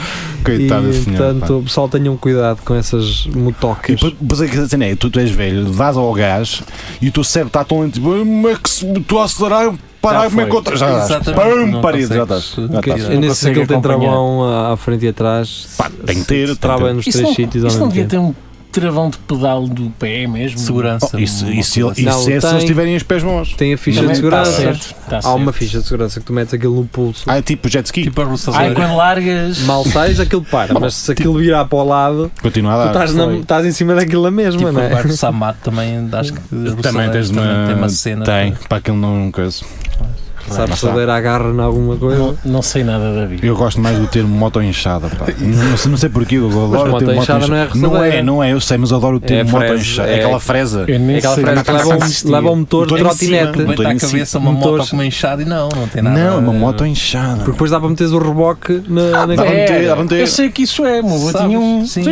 Speaker 5: Coitado
Speaker 3: e
Speaker 5: do senhor.
Speaker 3: portanto,
Speaker 5: pá.
Speaker 3: o pessoal tenham cuidado com essas
Speaker 5: E
Speaker 3: motocas.
Speaker 5: depois- depois é que a cena é, tu, tu és velho, dás ao gás e o teu cérebro está tão lento, tipo, mas que se tu acelerar, parar,
Speaker 2: Já
Speaker 5: como é que
Speaker 2: foi.
Speaker 5: eu tra- Já estás,
Speaker 2: Exatamente,
Speaker 5: pam,
Speaker 2: não
Speaker 5: parede, já
Speaker 2: consegues.
Speaker 5: estás. já
Speaker 2: Ok.
Speaker 5: estás.
Speaker 3: Eu nem sei
Speaker 4: consegue
Speaker 3: que ele tem
Speaker 4: acompanhar.
Speaker 3: travão à à frente e atrás.
Speaker 5: Pá, tem que
Speaker 3: Se-
Speaker 5: ter,
Speaker 3: se
Speaker 5: tem que
Speaker 3: Trava
Speaker 5: ter.
Speaker 3: nos
Speaker 4: Isso
Speaker 3: três
Speaker 4: não,
Speaker 3: sítios
Speaker 4: isso
Speaker 3: ao
Speaker 4: não
Speaker 3: mesmo
Speaker 4: devia
Speaker 3: tempo.
Speaker 4: ter um travão de pedal do pé mesmo?
Speaker 2: [laughs] Segurança.
Speaker 5: Oh, Isso,
Speaker 2: uma
Speaker 5: isso,
Speaker 2: coisa
Speaker 5: isso,
Speaker 3: Não,
Speaker 5: é se
Speaker 3: tem- Tipo,
Speaker 5: eles tiverem os pés bons.
Speaker 3: Tem a ficha
Speaker 4: Também
Speaker 3: de segurança.
Speaker 4: Tá certo, tá
Speaker 3: Há uma
Speaker 4: certo.
Speaker 3: ficha de segurança que tu metes aquilo no pulso.
Speaker 5: Ah, é tipo jet
Speaker 2: assim.
Speaker 5: ski.
Speaker 2: Tipo a russa
Speaker 4: Ai, quando largas.
Speaker 3: Mal sais, aquilo para. Mas se aquilo virar para o lado,
Speaker 5: Continua
Speaker 3: tu
Speaker 5: a dar.
Speaker 3: estás, na-
Speaker 2: foi.
Speaker 3: estás em cima daquilo a mesma,
Speaker 2: Tipo
Speaker 3: não
Speaker 2: o
Speaker 3: é?
Speaker 2: bar do Samato também, acho que a russa
Speaker 5: Também
Speaker 2: Leira
Speaker 5: tens
Speaker 2: também
Speaker 5: uma.
Speaker 2: tem uma cena.
Speaker 5: Tem, para aquele não. é coisa.
Speaker 3: Sabes se
Speaker 5: Lá está.
Speaker 3: der agarra em alguma coisa.
Speaker 4: Não, não sei nada da vida.
Speaker 5: Eu gosto mais do termo moto enxada, pá. não, sei- não sei porquê, eu adoro
Speaker 3: moto
Speaker 5: o termo moto
Speaker 3: enxada não é
Speaker 5: Não é,
Speaker 3: roçadeira.
Speaker 5: não é, eu sei, mas eu adoro o termo moto
Speaker 3: fresa,
Speaker 5: enxada. É,
Speaker 3: é-
Speaker 5: aquela fresa.
Speaker 4: Eu nem
Speaker 3: É aquela
Speaker 4: sei. tá
Speaker 3: frase que leva um, leva um motor de
Speaker 5: Motor em
Speaker 3: trotinete.
Speaker 5: cima.
Speaker 2: Bem,
Speaker 5: Motor
Speaker 2: está
Speaker 5: em
Speaker 2: à
Speaker 5: si.
Speaker 2: cabeça uma
Speaker 3: Motores.
Speaker 2: moto com uma enxada e não, não tem nada.
Speaker 5: Não, é uma moto enxada.
Speaker 3: Porque depois dá para meteres o reboque na, na
Speaker 5: Dá para meter, dá para
Speaker 4: Eu
Speaker 5: meter.
Speaker 4: sei que isso é, meu avô
Speaker 2: Sabes?
Speaker 4: tinha um.
Speaker 2: Sim.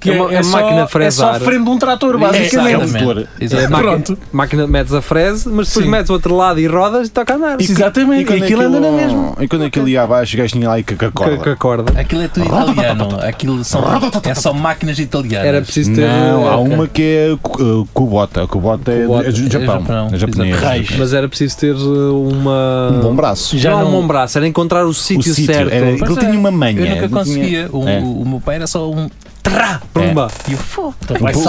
Speaker 4: Que
Speaker 3: É uma- é uma máquina
Speaker 4: só, é só
Speaker 3: a
Speaker 4: a
Speaker 3: fresar.
Speaker 4: frente de um trator,
Speaker 5: É
Speaker 4: basicamente.
Speaker 5: um motor.
Speaker 3: É,
Speaker 2: Exato.
Speaker 3: máquina,
Speaker 4: Pronto.
Speaker 3: máquina metes a frese, mas depois
Speaker 4: Sim.
Speaker 3: metes o outro lado e rodas e toca a andar.
Speaker 4: Exatamente, e aquilo anda na mesma.
Speaker 5: E quando aquilo ia abaixo, o gajo tinha lá e com a
Speaker 3: Com com
Speaker 5: corda.
Speaker 3: a corda.
Speaker 2: Aquilo é tudo italiano. Aquilo são, é só máquinas italianas.
Speaker 3: Era preciso ter. eh,
Speaker 5: Não, há
Speaker 3: ok.
Speaker 5: uma que é cu- uh, Kubota. A Kubota é do-
Speaker 3: Kubota.
Speaker 5: é do Japão.
Speaker 2: Japão.
Speaker 5: É japonês.
Speaker 4: Raios.
Speaker 3: Mas era preciso ter uh, uma.
Speaker 5: Um bom braço.
Speaker 4: Já
Speaker 3: Já não,
Speaker 4: não-
Speaker 3: um bom braço, era encontrar o
Speaker 5: O
Speaker 3: sítio
Speaker 5: sítio.
Speaker 3: certo.
Speaker 5: Era, aquilo
Speaker 2: Pois é,
Speaker 5: tinha uma manha.
Speaker 2: Eu nunca
Speaker 5: aquilo tinha-
Speaker 2: conseguia. O,
Speaker 5: É.
Speaker 2: o- o meu pai era só um.
Speaker 3: trá, pumba. E o
Speaker 2: fogo.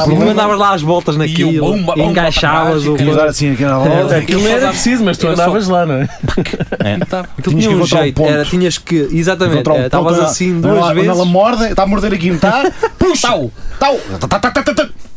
Speaker 3: E mandavas lá as voltas
Speaker 2: E o
Speaker 3: naquilo,
Speaker 2: bomba,
Speaker 3: e
Speaker 2: bomba
Speaker 3: encaixavas
Speaker 2: para
Speaker 3: o.
Speaker 2: trás, e
Speaker 3: coisa.
Speaker 2: dar assim aquela
Speaker 4: volta. Aquilo era preciso, mas tu
Speaker 3: Era só-
Speaker 4: andavas lá, não é?
Speaker 2: tá.
Speaker 3: Aquilo tinha um jeito, era, tinhas que. Exatamente,
Speaker 5: Encontrar um
Speaker 3: era, estavas
Speaker 5: ponto,
Speaker 3: assim
Speaker 5: não é?
Speaker 3: duas
Speaker 5: Quando ela-
Speaker 3: vezes.
Speaker 5: Quando ela morde, está a morder aqui, não
Speaker 3: [laughs]
Speaker 5: está? Puxa! Tau! Tau!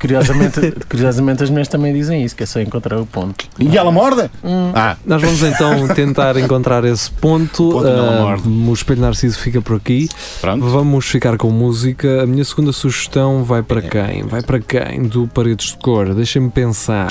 Speaker 4: Curiosamente, [laughs] curiosamente as minhas também dizem isso, que é só encontrar o ponto.
Speaker 5: E ela morde?
Speaker 3: Hum.
Speaker 5: Ah.
Speaker 3: Nós vamos então tentar encontrar esse ponto.
Speaker 5: Ponto não
Speaker 3: Ah,
Speaker 5: morde.
Speaker 3: o Espelho Narciso fica por aqui. Vamos ficar com música. A minha segunda sugestão vai para quem? Vai para quem? Do Paredes de Cor. Deixem-me pensar.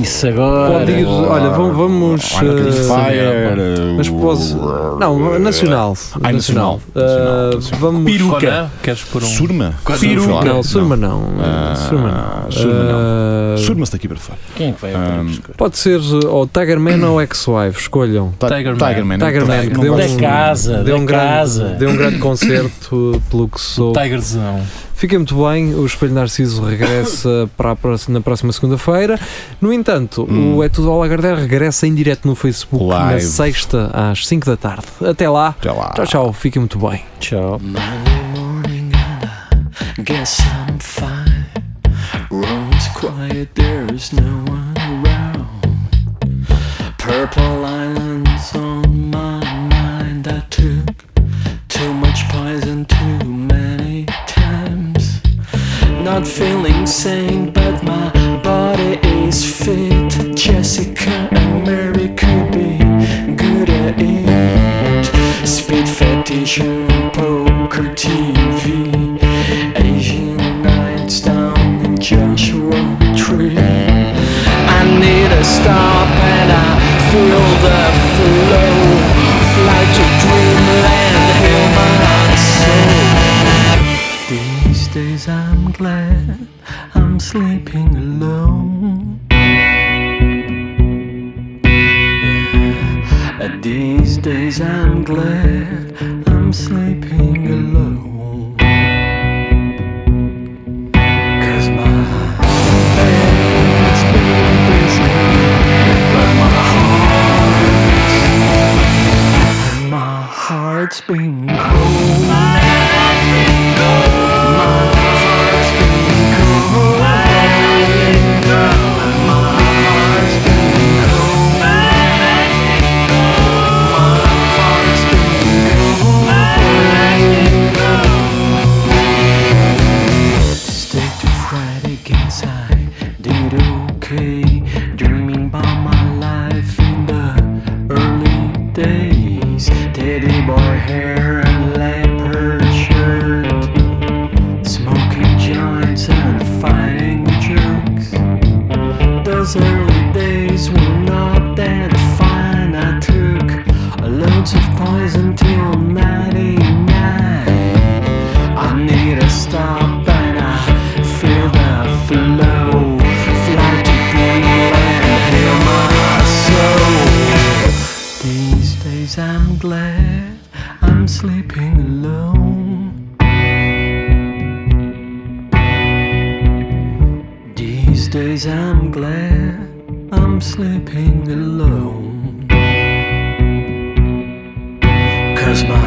Speaker 4: Isso agora.
Speaker 3: Pode ir, olha, vamos. vamos
Speaker 4: Olha, Arcade
Speaker 3: ah,
Speaker 4: Fire,
Speaker 3: mas pode. Não, nacional.
Speaker 5: Ah, nacional.
Speaker 3: Ah, vamos.
Speaker 2: Conan, queres pôr um-
Speaker 5: Surma?
Speaker 2: Conan.
Speaker 3: Peruca. Não, surma não.
Speaker 5: Ah,
Speaker 3: Surma não.
Speaker 5: Surma não.
Speaker 3: Ah,
Speaker 5: Surma-se daqui para fora.
Speaker 4: Quem é que vai
Speaker 5: Ah,
Speaker 3: Pode ser uh, ou Tiger Man ou Ex-Wife, escolham.
Speaker 5: Ti- Tiger Man.
Speaker 3: Tiger Man,
Speaker 5: Tiger Man,
Speaker 3: que
Speaker 5: não
Speaker 3: deu
Speaker 5: gosto.
Speaker 3: um,
Speaker 5: Da casa,
Speaker 3: deu
Speaker 5: da
Speaker 3: um grande,
Speaker 5: casa.
Speaker 3: Deu um grande concerto,
Speaker 5: [laughs]
Speaker 3: pelo que sou.
Speaker 2: Tigerzão.
Speaker 3: Fica muito bem, o Espelho Narciso
Speaker 5: [laughs]
Speaker 3: regressa para a próxima, na próxima segunda-feira. No entanto, o É Tudo ao Lagardère regressa em direto no Facebook na
Speaker 5: Live.
Speaker 3: sexta às 5 da tarde. Até lá. Tchau, tchau. Fiquem muito bem. Tchau.
Speaker 12: Guess I'm fine. Room's quiet, there is no one around. Purple islands on my mind. I took too much poison too many times. Not feeling sane, but my body is fit. Jessica and Mary could be good at it. Speed fetish and poker TV. Asian nights down in Joshua Tree. I need a stop and I feel the flow. Fly to dreamland, heal my soul. These days I'm glad I'm sleeping alone. These days I'm glad I'm sleeping alone. Cause my bed's been busy, but my heart's, my heart's been cold. My heart's been cold. My heart's been cold. My heart's been cold. Stick to Friday, guess I did okay. Dreaming about my life in the early days. Teddy boy hair and leopard shirt. Smoking joints and fighting jerks. Those early days were not that fine. I took loads of poison till 99. I need a stop and I feel the flow. Fly to dream and heal my soul. These days I'm glad I'm sleeping alone. These days I'm glad I'm sleeping alone. Cause my